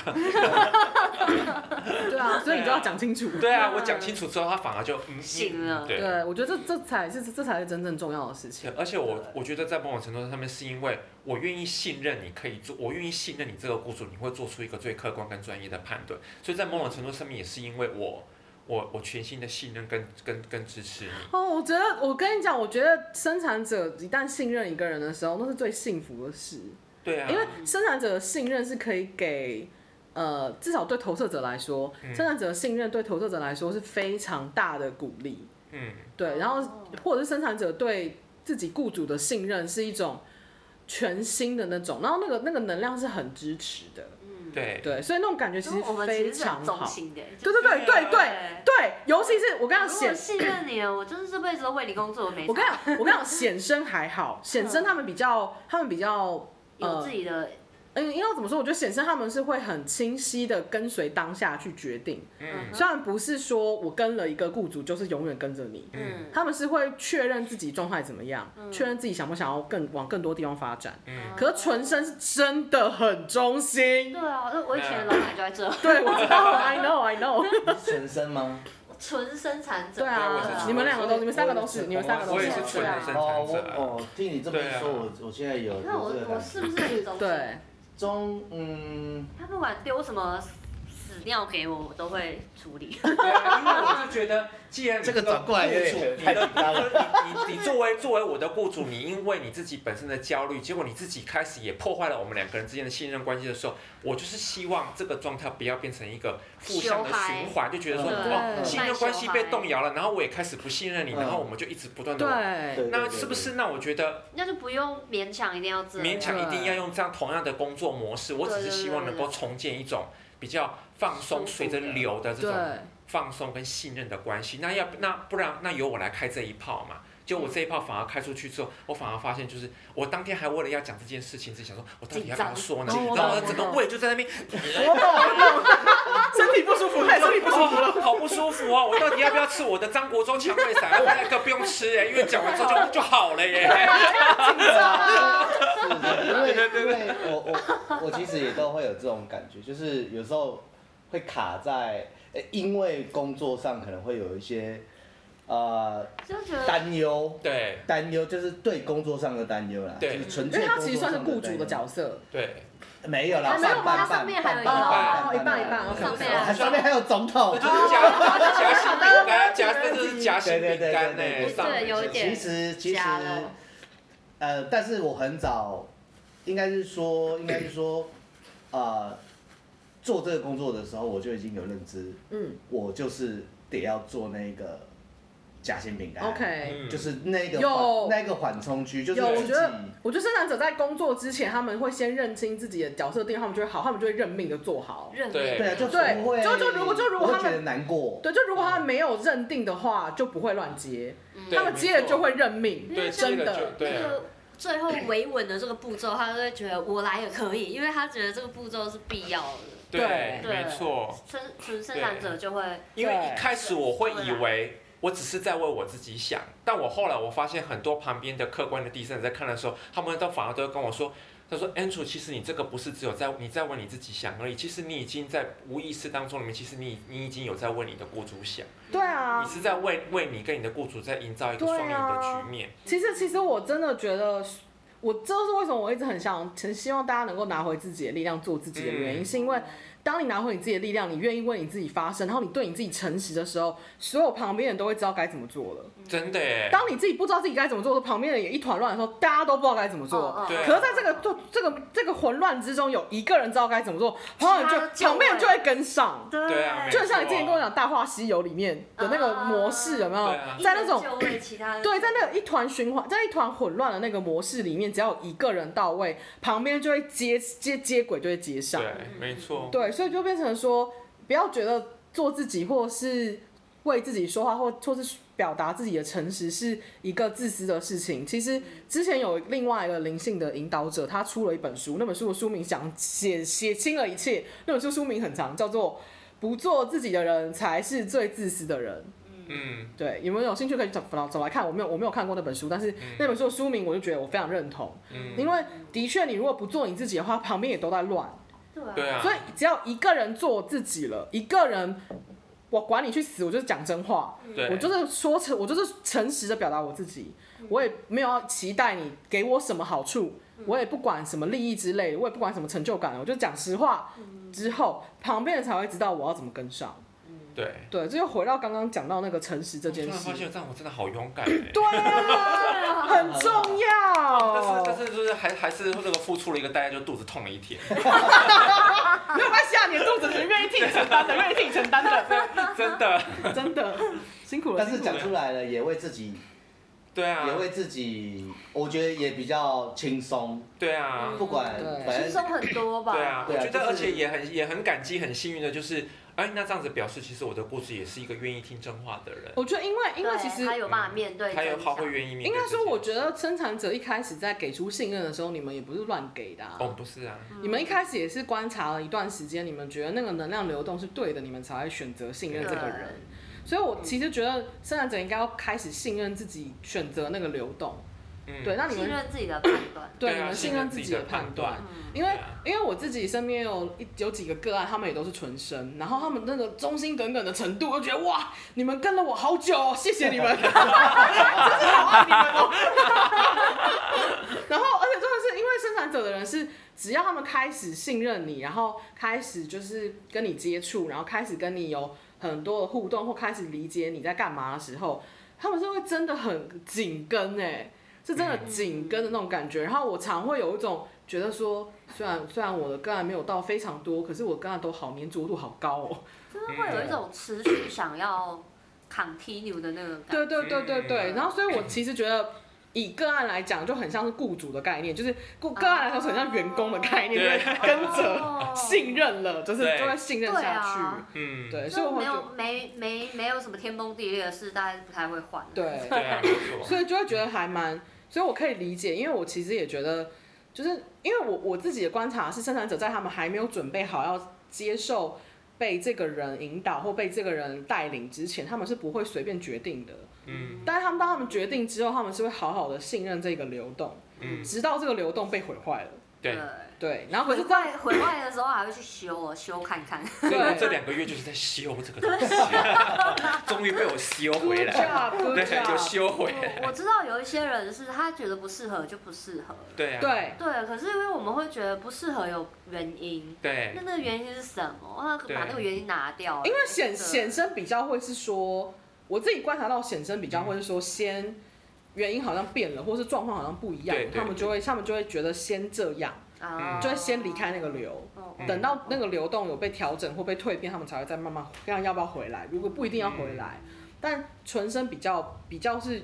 [SPEAKER 3] 对啊，所以你就要讲清楚。
[SPEAKER 4] 对啊，我讲清楚之后，他反而就嗯
[SPEAKER 2] 醒了
[SPEAKER 4] 对。
[SPEAKER 3] 对，我觉得这这才是这才是真正重要的事情
[SPEAKER 4] 对。而且我我觉得在某种程度上面，是因为我愿意信任你可以做，我愿意信任你这个雇主，你会做出一个最客观跟专业的判断。所以在某种程度上面，也是因为我我我全心的信任跟跟跟支持
[SPEAKER 2] 嗯
[SPEAKER 4] 你。
[SPEAKER 3] 哦，我觉得我跟你讲，我觉得生产者一旦信任一个人的时候，那是最幸福的事，
[SPEAKER 4] 对啊
[SPEAKER 3] 因，为生产者的信任是可以给。呃，至少对投射者来说，
[SPEAKER 4] 嗯
[SPEAKER 3] 生产者的信任对投射者来说是非常大的鼓励。
[SPEAKER 4] 嗯，
[SPEAKER 3] 对，然后
[SPEAKER 2] 哦
[SPEAKER 3] 或者是生产者对自己雇主的信任是一种全新的那种，然后那个那个能量是很支持的， [coughs]
[SPEAKER 2] 嗯，
[SPEAKER 4] 对，
[SPEAKER 3] 对，所以那种感觉其
[SPEAKER 2] 然
[SPEAKER 3] 实
[SPEAKER 2] 后我们其
[SPEAKER 3] 非
[SPEAKER 2] 实是很
[SPEAKER 3] 常
[SPEAKER 2] 中
[SPEAKER 3] 好。
[SPEAKER 2] 性的，
[SPEAKER 3] 对对对对对
[SPEAKER 2] 对
[SPEAKER 3] 对，尤其是我跟你讲
[SPEAKER 2] 如果
[SPEAKER 3] 显，
[SPEAKER 2] 信任你了，我就是这辈子都为你工作，我没
[SPEAKER 3] 我跟你
[SPEAKER 2] 差
[SPEAKER 3] 讲，我跟你讲显身
[SPEAKER 2] [laughs]
[SPEAKER 3] 还好，显身他们比较，他们比较。
[SPEAKER 2] 有自己的
[SPEAKER 3] 嗯，应该怎么说？我觉得显身他们是会很清晰的跟随当下去决定，
[SPEAKER 4] 嗯
[SPEAKER 2] 嗯
[SPEAKER 3] 虽然不是说我跟了一个雇主就是永远跟着你，
[SPEAKER 2] 嗯，
[SPEAKER 3] 他们是会确认自己状态怎么样，
[SPEAKER 2] 嗯
[SPEAKER 3] 确认自己想不想要更往更多地方发展。
[SPEAKER 4] 嗯，
[SPEAKER 3] 可是纯生是真的很忠心，
[SPEAKER 2] 对啊，那我以前的老板就在这， [laughs]
[SPEAKER 3] 对我知道，I know I know，
[SPEAKER 1] 你是纯生吗？
[SPEAKER 2] 纯生产者，
[SPEAKER 3] [laughs] 对
[SPEAKER 4] 我是
[SPEAKER 3] 啊，
[SPEAKER 4] 纯
[SPEAKER 3] 你们两个都，你们三个都
[SPEAKER 1] 我
[SPEAKER 3] 是，
[SPEAKER 1] 也
[SPEAKER 3] 你们
[SPEAKER 2] 嗯
[SPEAKER 3] 三个都
[SPEAKER 4] 我
[SPEAKER 3] 是，
[SPEAKER 4] 也是
[SPEAKER 2] 纯
[SPEAKER 3] 对
[SPEAKER 4] 纯人
[SPEAKER 3] 啊
[SPEAKER 4] 生
[SPEAKER 1] 哦，
[SPEAKER 4] 产者啊，
[SPEAKER 1] 我哦，听你这么一说，
[SPEAKER 4] 对
[SPEAKER 1] 我我现在有有
[SPEAKER 2] 那我
[SPEAKER 1] 这个
[SPEAKER 2] 我
[SPEAKER 1] 感觉
[SPEAKER 2] 是不是很中性？
[SPEAKER 3] 对，
[SPEAKER 1] 中嗯，
[SPEAKER 2] 他不管丢什么死尿给我，我都会处理。
[SPEAKER 4] [laughs] 对啊，因为我是觉得，既然你
[SPEAKER 1] 这个转过来有
[SPEAKER 4] 雇主
[SPEAKER 1] 点
[SPEAKER 4] 你
[SPEAKER 1] 太
[SPEAKER 4] 的
[SPEAKER 1] 紧张了。
[SPEAKER 4] 你你作为作为我的雇主，你因为你自己本身的焦虑，结果你自己开始也破坏了我们两个人之间的信任关系的时候，我就是希望这个状态不要变成一个互相的循环，就觉得说
[SPEAKER 1] 对
[SPEAKER 4] 哦，信任关系被动摇了，然后我也开始不信任你，
[SPEAKER 1] 嗯
[SPEAKER 4] 然后我们就一直不断的。
[SPEAKER 3] 对，
[SPEAKER 1] 对
[SPEAKER 4] 那是不？
[SPEAKER 1] 对对
[SPEAKER 4] 是？那我觉得
[SPEAKER 2] 那就不用勉强一定要这样，
[SPEAKER 4] 勉强一定要用这样同样的工作模式，我只是希望能够重建一种比较放松、随着流的这种
[SPEAKER 3] 对，
[SPEAKER 4] 放松跟信任的关系。那要那不然那由我来开这一炮嘛？就我这一炮反而开出去之后，我反而发现就是我当天还为了要讲这件事情，只想说我到底要不要说呢？
[SPEAKER 3] 紧张
[SPEAKER 4] 然
[SPEAKER 3] 哦我
[SPEAKER 4] 后我
[SPEAKER 3] 懂
[SPEAKER 4] 整个
[SPEAKER 3] 我懂
[SPEAKER 4] 胃就在那边，
[SPEAKER 3] 我懂我懂，身体不舒服，太身体不舒服了，
[SPEAKER 4] 哦好不舒服哦！我到底要不要吃我的张国忠强胃散？啊我那个不用吃耶，因为讲完之后就就好了耶。
[SPEAKER 1] 对对对，因为我我我其实也都会有这种感觉，就是有时候会卡在，呃因为工作上可能会有一些呃
[SPEAKER 2] 就觉得
[SPEAKER 1] 担忧，
[SPEAKER 4] 对
[SPEAKER 1] 担忧就是对工作上的担忧啦，
[SPEAKER 4] 对
[SPEAKER 1] 就是纯
[SPEAKER 3] 因
[SPEAKER 1] 粹
[SPEAKER 3] 为
[SPEAKER 1] 工
[SPEAKER 3] 他
[SPEAKER 1] 作
[SPEAKER 3] 其实算是
[SPEAKER 1] 上的
[SPEAKER 3] 雇主的
[SPEAKER 1] 担忧，
[SPEAKER 3] 角色，
[SPEAKER 4] 对，
[SPEAKER 1] 没有啦，
[SPEAKER 2] 啊没有吗
[SPEAKER 1] 半
[SPEAKER 2] 它上
[SPEAKER 1] 半
[SPEAKER 2] 面还有一
[SPEAKER 1] 半
[SPEAKER 3] 个哦
[SPEAKER 1] 半半
[SPEAKER 3] 一半一半
[SPEAKER 1] 半
[SPEAKER 2] 上面还有
[SPEAKER 1] 哦上面还有总统
[SPEAKER 4] 那，就是夹夹心饼干，夹真的是夹心
[SPEAKER 1] 对对
[SPEAKER 4] 饼
[SPEAKER 1] 对
[SPEAKER 4] 干
[SPEAKER 1] 对
[SPEAKER 4] 呢、
[SPEAKER 1] 对，
[SPEAKER 4] 上面
[SPEAKER 2] 对有
[SPEAKER 4] 是
[SPEAKER 2] 一
[SPEAKER 1] 其
[SPEAKER 2] 点
[SPEAKER 1] 实其实
[SPEAKER 2] 假了，
[SPEAKER 1] 呃，但是我很早，应该是说，应该是说，呃，做这个工作的时候，我就已经有认知，
[SPEAKER 3] 嗯
[SPEAKER 1] 我就是得要做那个夹心饼干
[SPEAKER 3] ，OK。
[SPEAKER 4] 嗯
[SPEAKER 1] 就是那个
[SPEAKER 3] 有
[SPEAKER 1] 缓那个缓冲区，就是
[SPEAKER 3] 有，我
[SPEAKER 1] 自己
[SPEAKER 3] 觉得，我觉得生产者在工作之前，他们会先认清自己的角色定位，他们就会好，他们就会认命的做好。
[SPEAKER 2] 认
[SPEAKER 4] 对
[SPEAKER 1] 对啊，就
[SPEAKER 3] 对
[SPEAKER 1] 不会，
[SPEAKER 3] 就就如果就如果
[SPEAKER 1] 不会
[SPEAKER 3] 他们
[SPEAKER 1] 觉得难过，
[SPEAKER 3] 对，就如果他们没有认定的话，就不会乱接，
[SPEAKER 4] 嗯对
[SPEAKER 3] 他们接了就
[SPEAKER 4] 没错
[SPEAKER 3] 会认命。
[SPEAKER 4] 对，
[SPEAKER 3] 真
[SPEAKER 4] 接
[SPEAKER 3] 的
[SPEAKER 4] 了就对
[SPEAKER 2] 那
[SPEAKER 4] 啊。
[SPEAKER 2] 个最后维稳的这个步骤，他就会觉得我来也可以，因为他觉得这个步骤是必要的。
[SPEAKER 4] 对，
[SPEAKER 2] 对
[SPEAKER 4] 没错。
[SPEAKER 2] 生纯生产者就会
[SPEAKER 4] 因为一开始我会以为我只是在为我自己想，但我后来我发现很多旁边的客观的第三者在看的时候，他们都反而都跟我说。他说：“Andrew，其实你这个不是只有在你在为你自己想而已，其实你已经在无意识当中里面，其实你你已经有在为你的雇主想，
[SPEAKER 3] 对啊
[SPEAKER 4] 你，是在为为你跟你的雇主在营造一个
[SPEAKER 3] 对啊
[SPEAKER 4] 双赢的局面。
[SPEAKER 3] 其实，其实我真的觉得，我这就是为什么我一直很想，很希望大家能够拿回自己的力量，做自己的原因，
[SPEAKER 4] 嗯
[SPEAKER 3] 是因为当你拿回你自己的力量，你愿意为你自己发声，然后你对你自己诚实的时候，所有旁边人都会知道该怎么做了。
[SPEAKER 4] 真的耶，
[SPEAKER 3] 当你自己不知道自己该怎么做的时候，旁边人也一团乱的时候，大家都不知道该怎么做。
[SPEAKER 2] 哦哦
[SPEAKER 4] 对啊
[SPEAKER 3] 可是在这个做这个这个混乱之中，有一个人知道该怎么做，然后你
[SPEAKER 2] 其他的
[SPEAKER 3] 就
[SPEAKER 2] 就会
[SPEAKER 3] 旁边人就会跟上。
[SPEAKER 4] 对啊
[SPEAKER 3] [laughs]
[SPEAKER 4] 没
[SPEAKER 3] 就像你之前跟我讲《大话西游》里面的那个模式，有没有
[SPEAKER 4] 对啊？
[SPEAKER 3] 在那种
[SPEAKER 2] 一人就为其他人
[SPEAKER 3] 对，在那个一团循环，在一团混乱的那个模式里面，只要有一个人到位，旁边就会接接接轨，就会接上。
[SPEAKER 4] 对，没错，
[SPEAKER 3] 对，所以就变成说，不要觉得做自己或是为自己说话，或或是表达自己的诚实是一个自私的事情。其实之前有另外一个灵性的引导者，他出了一本书，那本书的书名想写写清了一切，那本书书名很长，叫做《不做自己的人才是最自私的人》。
[SPEAKER 4] 嗯，
[SPEAKER 3] 对，你们有兴趣可以找找找来看。我没有我没有看过那本书，但是那本书的书名我就觉得我非常认同，
[SPEAKER 4] 嗯
[SPEAKER 3] 因为的确你如果不做你自己的话，旁边也都在乱，
[SPEAKER 2] 对
[SPEAKER 4] 对
[SPEAKER 2] 啊，
[SPEAKER 4] 啊，
[SPEAKER 3] 所以只要一个人做自己了，一个人。我管你去死，我就是讲真话，
[SPEAKER 4] 对
[SPEAKER 3] 我就是说诚，我就是诚实的表达我自己，我也没有要期待你给我什么好处，
[SPEAKER 4] 嗯
[SPEAKER 3] 我也不管什么利益之类的，我也不管什么成就感，我就讲实话。之后旁边人才会知道我要怎么跟上。
[SPEAKER 4] 对。
[SPEAKER 3] 对，这就回到刚刚讲到那个诚实这
[SPEAKER 4] 哦我突
[SPEAKER 3] 件
[SPEAKER 4] 然
[SPEAKER 3] 事
[SPEAKER 4] 发。现，这样我真的好勇敢耶。
[SPEAKER 3] 对啊，很重
[SPEAKER 4] 但是哦但
[SPEAKER 3] 要。
[SPEAKER 4] 是就是还还是那个付出了一个代价，就肚子痛了一天。
[SPEAKER 3] [laughs] 没有关系啊，你的肚子是愿意替你承担的，愿意替你承担
[SPEAKER 4] [laughs]
[SPEAKER 3] 的，
[SPEAKER 2] [laughs]
[SPEAKER 4] 真的，
[SPEAKER 3] 真的辛苦了。
[SPEAKER 1] 但是
[SPEAKER 3] 辛苦
[SPEAKER 1] 讲
[SPEAKER 3] 了
[SPEAKER 1] 出来了，也为自己，
[SPEAKER 4] 对啊
[SPEAKER 1] 也，为自己，我觉得也比较轻松，
[SPEAKER 4] 对啊，
[SPEAKER 1] 不管
[SPEAKER 3] 对
[SPEAKER 1] 反
[SPEAKER 2] 轻
[SPEAKER 1] 正
[SPEAKER 2] 松很多吧？
[SPEAKER 4] 对啊，我
[SPEAKER 1] 对啊
[SPEAKER 4] 觉
[SPEAKER 1] 就
[SPEAKER 4] 得
[SPEAKER 1] 是
[SPEAKER 4] 而且也很也很感激、很幸运的，就是哎，那这样子表示，其实我的故事也是一个愿意听真话的人，
[SPEAKER 3] 我觉得，因为因为
[SPEAKER 2] 对
[SPEAKER 3] 其实
[SPEAKER 2] 他有办法面对
[SPEAKER 4] 他有
[SPEAKER 2] 真
[SPEAKER 4] 他
[SPEAKER 2] 相
[SPEAKER 4] 会愿意面
[SPEAKER 3] 应
[SPEAKER 4] 对
[SPEAKER 3] 该
[SPEAKER 4] 这件
[SPEAKER 3] 说，
[SPEAKER 4] 事。
[SPEAKER 3] 我觉得生产者一开始在给出信任的时候，你们也不是乱给的、啊。
[SPEAKER 4] 哦，不是啊，
[SPEAKER 3] 你们一开始也是观察了一段时间，你们觉得那个能量流动是对的，你们才会选择信任这个人。所以，我其实觉得生产者应该要开始信任自己，选择那个流动。
[SPEAKER 4] 嗯，
[SPEAKER 3] 对，那你
[SPEAKER 2] 信
[SPEAKER 3] 们
[SPEAKER 2] 任自己的判断。
[SPEAKER 3] 对
[SPEAKER 4] 对
[SPEAKER 3] 你
[SPEAKER 4] 啊
[SPEAKER 3] 们信任自己的判断。
[SPEAKER 2] 嗯
[SPEAKER 3] 因为
[SPEAKER 4] 对啊
[SPEAKER 3] 因为我自己身边有一有几个个案，他们也都是纯生，然后他们那个忠心耿耿的程度，我就觉得哇，你们跟了我好久、哦，谢 [laughs] 谢你们，真是好爱你们哦。 [laughs] 然后，而且真的是因为生产者的人是，只要他们开始信任你，然后开始就是跟你接触，然后开始跟你有很多的互动，或开始理解你在干嘛的时候，他们是会真的很紧跟哎、是真的紧跟的那种感觉。然后我常会有一种觉得说，虽然虽然我的个案没有到非常多，可是我个案都好粘着度好高哦。
[SPEAKER 2] 就是会有一种持续想要 continue 的那个感觉。
[SPEAKER 3] 对对对对对。
[SPEAKER 2] 嗯
[SPEAKER 3] 然后所以我其实觉得。以个案来讲，就很像是雇主的概念，就是雇个案来说，很像员工的概念，
[SPEAKER 4] [laughs] 对
[SPEAKER 3] 就是跟着
[SPEAKER 2] 哦
[SPEAKER 3] 信任了，就是
[SPEAKER 4] 对
[SPEAKER 3] 就会信任
[SPEAKER 2] 对
[SPEAKER 3] 下
[SPEAKER 2] 啊
[SPEAKER 4] 嗯，
[SPEAKER 3] 去。 [laughs] 对，所以
[SPEAKER 2] 就
[SPEAKER 3] 我会
[SPEAKER 2] 没
[SPEAKER 3] 觉
[SPEAKER 2] 有
[SPEAKER 3] 得，
[SPEAKER 2] 没没没有什么天崩地裂的事，大家不太会换。
[SPEAKER 3] 对
[SPEAKER 4] 对啊，没错，
[SPEAKER 3] 所以就会觉得还蛮，所以我可以理解，因为我其实也觉得，就是因为我我自己的观察是，生产者在他们还没有准备好要接受被这个人引导或被这个人带领之前，他们是不会随便决定的。
[SPEAKER 4] 嗯
[SPEAKER 3] 但是他们当他们决定之后，他们是会好好的信任这个流动，
[SPEAKER 4] 嗯
[SPEAKER 3] 直到这个流动被毁坏了，
[SPEAKER 4] 对，
[SPEAKER 2] 嗯
[SPEAKER 3] 对，然后
[SPEAKER 2] 毁
[SPEAKER 3] 可啊是在
[SPEAKER 2] 坏毁坏的时候还会去修哦，修看
[SPEAKER 4] [laughs]
[SPEAKER 2] 看。
[SPEAKER 4] 所以我
[SPEAKER 3] 对
[SPEAKER 4] 这两个月就是在修这个
[SPEAKER 3] [laughs]
[SPEAKER 4] 东西，终于被我修回
[SPEAKER 3] Good
[SPEAKER 4] 来，
[SPEAKER 3] job, good
[SPEAKER 4] [laughs] 对，就
[SPEAKER 3] job
[SPEAKER 4] 修回来，
[SPEAKER 2] 我我知道有一些人是他觉得不适合就不适合，
[SPEAKER 4] 对啊，
[SPEAKER 3] 对，
[SPEAKER 2] 对，可是因为我们会觉得不适合有原因，
[SPEAKER 4] 对
[SPEAKER 2] 那那个原因是什么？那
[SPEAKER 4] 对
[SPEAKER 2] 把那个原因拿掉，
[SPEAKER 3] 因为显
[SPEAKER 2] 对
[SPEAKER 3] 显生比较会是说，我自己观察到显生比较会是说先原因好像变了，或是状况好像不一样
[SPEAKER 4] 嗯对，对
[SPEAKER 3] 他们就会他们就会觉得先这样，
[SPEAKER 2] 啊，
[SPEAKER 3] 就会先离开那个流。
[SPEAKER 2] 哦，
[SPEAKER 4] 嗯
[SPEAKER 3] 等到那个流动有被调整或被蜕变，他们才会再慢慢看要不要回来。如果不一定要回来，
[SPEAKER 4] 嗯
[SPEAKER 3] 但纯生比较比较是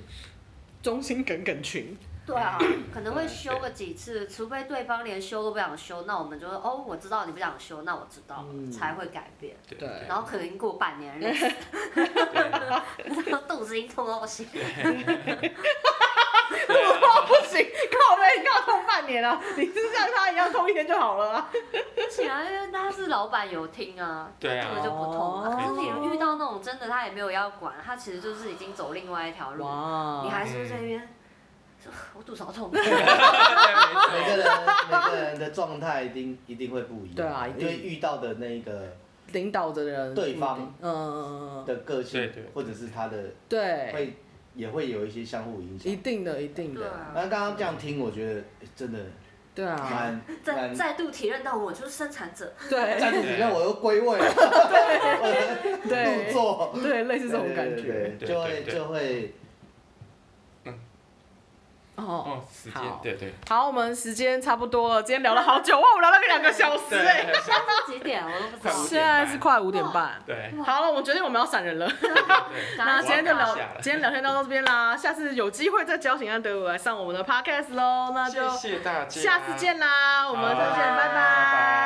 [SPEAKER 3] 忠心耿耿
[SPEAKER 4] [laughs]
[SPEAKER 3] 群，
[SPEAKER 2] 对啊， [clears throat] 可能会修个几次，除非对方连修都不想修，那我们就说哦，我知道你不想修，那我知道了
[SPEAKER 1] 嗯
[SPEAKER 2] 才会改变。
[SPEAKER 4] 对
[SPEAKER 3] 对
[SPEAKER 2] 然后可能过半年， [laughs] 然
[SPEAKER 4] 对
[SPEAKER 2] 后肚子已经痛到不行，
[SPEAKER 3] 不行，靠背要痛半年啊！你是像他一样痛一天就好了啊。
[SPEAKER 2] 不行啊，因为他是老板有听啊，
[SPEAKER 4] 对啊
[SPEAKER 2] [laughs] 这个就不痛了。
[SPEAKER 3] 哦
[SPEAKER 2] 可是你遇到那种真的他也没有要管，他其实就是已经走另外一条路，
[SPEAKER 3] 哇
[SPEAKER 2] 你还是会在那边， [laughs] 说我肚子好痛。
[SPEAKER 4] [laughs] 啊对
[SPEAKER 1] 每
[SPEAKER 4] 没
[SPEAKER 1] 个
[SPEAKER 4] 错
[SPEAKER 1] 人每个人的状态一定一定会不一样，
[SPEAKER 3] 对啊一定
[SPEAKER 1] 因为遇到的那个
[SPEAKER 3] 领导的人
[SPEAKER 1] 对方
[SPEAKER 3] 不一定嗯，
[SPEAKER 1] 的个
[SPEAKER 4] 对
[SPEAKER 1] 性
[SPEAKER 4] 对，
[SPEAKER 1] 或者是他的
[SPEAKER 3] 对，
[SPEAKER 1] 会也会有一些相互影响
[SPEAKER 3] 一。定的，一定
[SPEAKER 2] 对
[SPEAKER 3] 的，
[SPEAKER 2] 啊
[SPEAKER 1] 那刚刚这样听，我觉得诶真的
[SPEAKER 3] 对啊， [laughs]
[SPEAKER 1] 蛮
[SPEAKER 2] 再
[SPEAKER 1] 蛮。
[SPEAKER 2] 再度体认到我就是生产者，
[SPEAKER 3] 对
[SPEAKER 1] 站住！你让我又归位了，[laughs]
[SPEAKER 3] [laughs] 对
[SPEAKER 1] 入
[SPEAKER 3] [laughs]
[SPEAKER 1] 座，
[SPEAKER 3] 对，类似这种感
[SPEAKER 1] 对
[SPEAKER 3] 觉
[SPEAKER 1] 对对就会
[SPEAKER 4] 对对对
[SPEAKER 1] 就会
[SPEAKER 3] 哦。
[SPEAKER 4] 哦，时间
[SPEAKER 3] 好
[SPEAKER 4] 对对
[SPEAKER 3] 好，我们时间差不多了，今天聊了好久哇，我们聊了个两个小时哎、
[SPEAKER 4] 对，
[SPEAKER 2] 这几点啊我都不知道
[SPEAKER 3] [laughs]
[SPEAKER 4] 快。五
[SPEAKER 3] 现在是快五点半。
[SPEAKER 4] 对
[SPEAKER 3] 好了，我们决定我们要闪人 [laughs] 了。
[SPEAKER 4] 对
[SPEAKER 2] 赶快
[SPEAKER 3] 那今天就聊
[SPEAKER 4] 我要打架，了
[SPEAKER 3] 今天聊天就到这边啦。下次有机会再邀请安德
[SPEAKER 4] [laughs]
[SPEAKER 3] 鲁来上我们的 podcast 喽。那就
[SPEAKER 4] 对，谢谢大家，
[SPEAKER 3] 下次见啦，我们再见，
[SPEAKER 4] 好
[SPEAKER 3] 拜
[SPEAKER 4] 拜拜